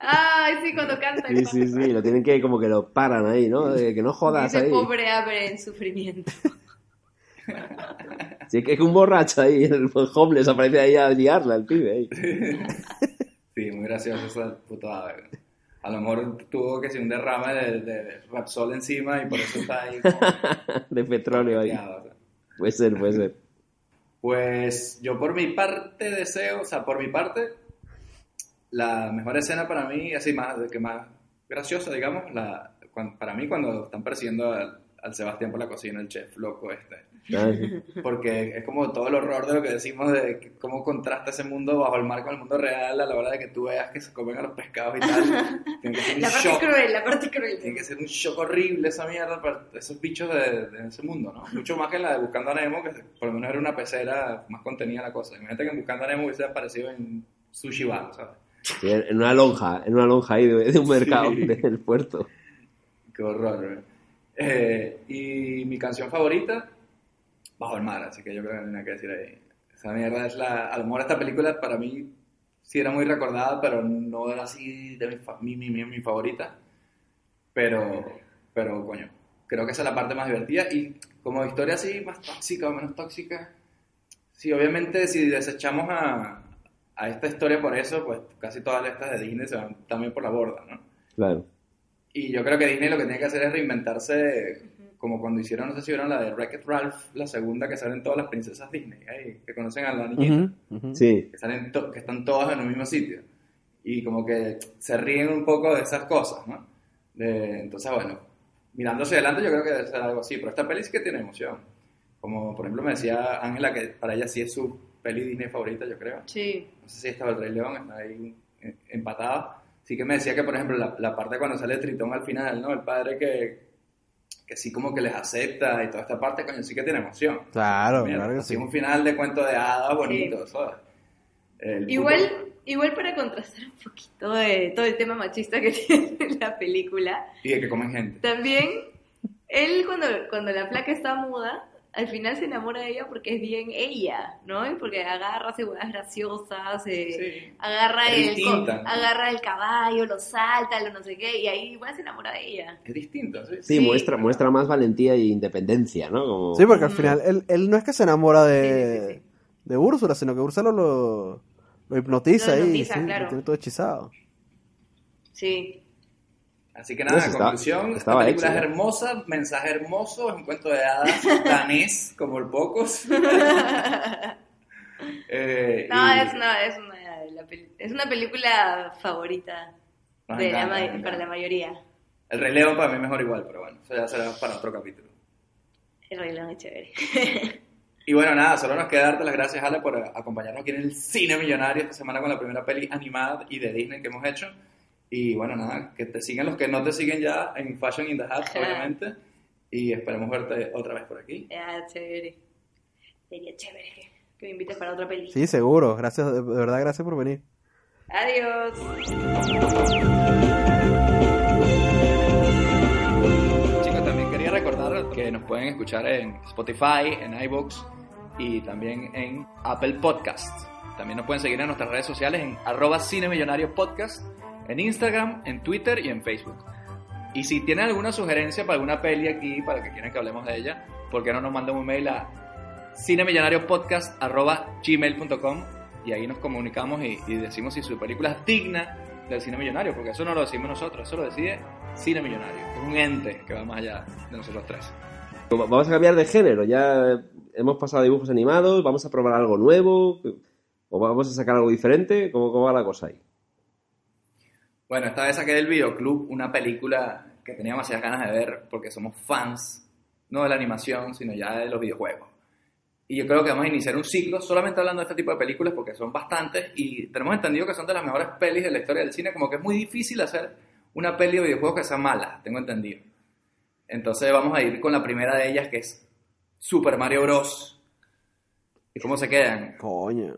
Speaker 4: Ay, sí, cuando canta.
Speaker 6: Sí, sí, sí. Lo tienen que como que lo paran ahí, ¿no? De que no jodas
Speaker 4: Ese
Speaker 6: ahí.
Speaker 4: pobre abre en sufrimiento.
Speaker 6: Sí, que es un borracho ahí, el homeless aparece ahí a liarla, el pibe ahí.
Speaker 3: Sí, muy gracioso esa putada. ¿verdad? A lo mejor tuvo que ser un derrame de, de Rapsol encima y por eso está ahí como
Speaker 6: De petróleo ahí.
Speaker 3: bloqueado, o sea.
Speaker 6: Puede ser, puede ser.
Speaker 3: Pues yo por mi parte deseo, o sea, por mi parte, la mejor escena para mí, así más, de que más graciosa, digamos, la, cuan- para mí cuando están persiguiendo al, al Sebastián por la cocina, el chef loco este.
Speaker 6: Ah, sí.
Speaker 3: Porque es como todo el horror de lo que decimos de que- cómo contrasta ese mundo bajo el mar con el mundo real a la hora de que tú veas que se comen a los pescados y tal. Tiene que ser un
Speaker 4: La parte
Speaker 3: shock.
Speaker 4: cruel, la parte
Speaker 3: Tiene que
Speaker 4: cruel.
Speaker 3: ser un shock horrible esa mierda para esos bichos de, de ese mundo, ¿no? Mucho más que la de Buscando a Nemo, que por lo menos era una pecera más contenida la cosa. Imagínate que en Buscando a Nemo hubiese aparecido en Sushi Bar, ¿sabes?
Speaker 6: Sí, En una lonja, en una lonja ahí de, de un mercado
Speaker 3: Sí.
Speaker 6: del puerto.
Speaker 3: Qué horror, ¿verdad? Eh, y mi canción favorita, Bajo el Mar, así que yo creo que no hay nada que decir ahí. Esa mierda es la. A lo mejor esta película para mí sí era muy recordada, pero no era así de mi, fa- mi, mi, mi- mi favorita. Pero, pero coño, creo que esa es la parte más divertida. Y como historia así, más tóxica o menos tóxica, sí, obviamente si desechamos a, a esta historia por eso, pues casi todas estas de Disney se van también por la borda, ¿no?
Speaker 6: Claro.
Speaker 3: Y yo creo que Disney lo que tiene que hacer es reinventarse, como cuando hicieron, no sé si vieron la de Wreck-It Ralph, la segunda que salen todas las princesas Disney, ahí, que conocen a la niñita,
Speaker 6: Sí,
Speaker 3: que, salen to- que están todas en el mismo sitio. Y como que se ríen un poco de esas cosas, ¿no? De- entonces, bueno, mirando hacia adelante yo creo que debe ser algo así, pero esta peli sí que tiene emoción. Como por ejemplo me decía Ángela que para ella sí es su peli Disney favorita, yo creo
Speaker 4: Sí.
Speaker 3: no sé si estaba el Rey León, está ahí eh, empatada. Sí que me decía que, por ejemplo, la, la parte cuando sale Tritón al final, ¿no? El padre que, que sí como que les acepta y toda esta parte, coño, sí que tiene emoción.
Speaker 5: Claro,
Speaker 3: Mierda,
Speaker 5: claro que
Speaker 3: así
Speaker 5: sí.
Speaker 3: un final de cuento de hadas bonito, ¿sabes? El puto-
Speaker 4: Igual, igual para contrastar un poquito de todo el tema machista que tiene la película,
Speaker 3: Y de que comen gente.
Speaker 4: también él cuando, cuando la placa está muda, al final se enamora de ella porque es bien ella, ¿no? Y porque agarra seguras graciosas, eh,
Speaker 3: Sí.
Speaker 4: agarra,
Speaker 3: Es
Speaker 4: el, co-
Speaker 3: distinta.
Speaker 4: agarra el caballo, lo salta, lo no sé qué, y ahí igual se enamora de ella.
Speaker 3: Es distinto, ¿sí?
Speaker 6: Sí,
Speaker 4: Sí.
Speaker 6: muestra, muestra más valentía e independencia, ¿no? Como-
Speaker 5: Sí, porque al final él, él no es que se enamora de,
Speaker 4: Sí, sí, sí, sí.
Speaker 5: de Úrsula, sino que Úrsula lo, lo hipnotiza
Speaker 4: Lo
Speaker 5: ahí,
Speaker 4: hipnotiza,
Speaker 5: sí, lo
Speaker 4: claro.
Speaker 5: tiene todo hechizado.
Speaker 4: Sí,
Speaker 3: Así que
Speaker 5: Pues
Speaker 3: nada,
Speaker 6: Eso está-
Speaker 3: conclusión, esta
Speaker 6: estaba
Speaker 3: película
Speaker 6: hecho,
Speaker 3: es
Speaker 6: ¿no?
Speaker 3: hermosa, mensaje hermoso, es un cuento de hadas danés, como el pocos. Eh,
Speaker 4: no,
Speaker 3: y-
Speaker 4: es una, es una, la pel- es una película favorita
Speaker 3: Nos
Speaker 4: de la
Speaker 3: encanta,
Speaker 4: ma-
Speaker 3: nos encanta.
Speaker 4: para la mayoría.
Speaker 3: El Rey León para mí mejor igual, pero bueno, eso ya será para otro capítulo.
Speaker 4: El Rey León es chévere.
Speaker 3: Y bueno, nada, solo nos queda darte las gracias, Ale, por eh, acompañarnos aquí en el Cine Millonario esta semana con la primera peli animada y de Disney que hemos hecho. Y bueno, nada, que te sigan los que no te siguen ya en Fashion in the Hat,
Speaker 4: Ajá.
Speaker 3: obviamente. Y esperemos verte otra vez por aquí.
Speaker 4: Ah, chévere. Sería chévere que, que me invites para otra película.
Speaker 5: Sí, seguro. Gracias, de verdad, gracias por venir.
Speaker 4: Adiós.
Speaker 3: Chicos, también quería recordar que nos pueden escuchar en Spotify, en iBox y también en Apple Podcast. También nos pueden seguir en nuestras redes sociales en arroba cinemillonario podcast, en Instagram, en Twitter y en Facebook. Y si tienen alguna sugerencia para alguna peli aquí, para que quieran que hablemos de ella, ¿por qué no nos mandan un mail a cinemillonariopodcast.gmail.com y ahí nos comunicamos y, y decimos si su película es digna del cine millonario, porque eso no lo decimos nosotros, eso lo decide Cine Millonario. Es un ente que va más allá de nosotros tres.
Speaker 6: Como- Pues Vamos a cambiar de género, ya hemos pasado a dibujos animados, vamos a probar algo nuevo, o vamos a sacar algo diferente, ¿cómo, cómo va la cosa ahí?
Speaker 3: Bueno, esta vez saqué del videoclub una película que tenía demasiadas ganas de ver porque somos fans, no de la animación, sino ya de los videojuegos. Y yo creo que vamos a iniciar un ciclo solamente hablando de este tipo de películas porque son bastantes y tenemos entendido que son de las mejores pelis de la historia del cine, como que es muy difícil hacer una peli de videojuegos que sea mala, tengo entendido. Entonces vamos a ir con la primera de ellas que es Super Mario Bros. ¿Y cómo se quedan?
Speaker 5: Coño.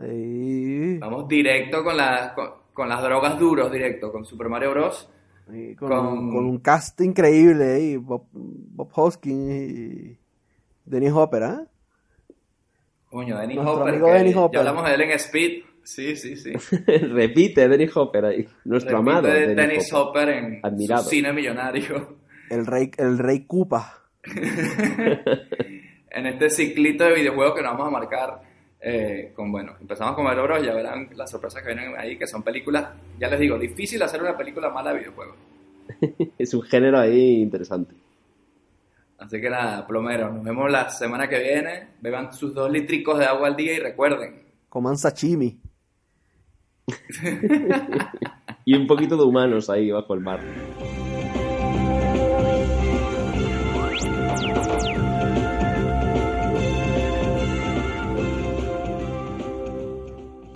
Speaker 5: Ahí,
Speaker 3: Vamos directo con, la- con, con las drogas duros, directo, con Super Mario Bros.
Speaker 5: ahí con,
Speaker 3: con-
Speaker 5: con un cast increíble ahí, Bob, Bob Hoskins y Dennis Hopper, ¿ah?
Speaker 3: Coño, Dennis
Speaker 5: Nuestro
Speaker 3: Hopper.
Speaker 5: amigo
Speaker 3: que
Speaker 5: Dennis
Speaker 3: ya
Speaker 5: Hopper.
Speaker 3: hablamos de él en Speed. Sí, sí, sí.
Speaker 6: Repite, Dennis Hopper, ahí, nuestro
Speaker 3: Repito
Speaker 6: amado.
Speaker 3: de
Speaker 6: Dennis
Speaker 3: Dennis
Speaker 6: Hopper.
Speaker 3: Hopper, en
Speaker 6: Admirado.
Speaker 3: su cine millonario.
Speaker 5: El rey, el rey Koopa.
Speaker 3: En este ciclito de videojuegos que nos vamos a marcar. eh, con bueno, empezamos con Mario Bros. Ya verán las sorpresas que vienen ahí, que son películas. Ya les digo, difícil hacer una película mala de videojuegos.
Speaker 6: Es un género ahí interesante.
Speaker 3: Así que nada, plomero, nos vemos la semana que viene. Beban sus dos litricos de agua al día y recuerden.
Speaker 5: Coman sashimi.
Speaker 6: Y un poquito de humanos ahí bajo el mar.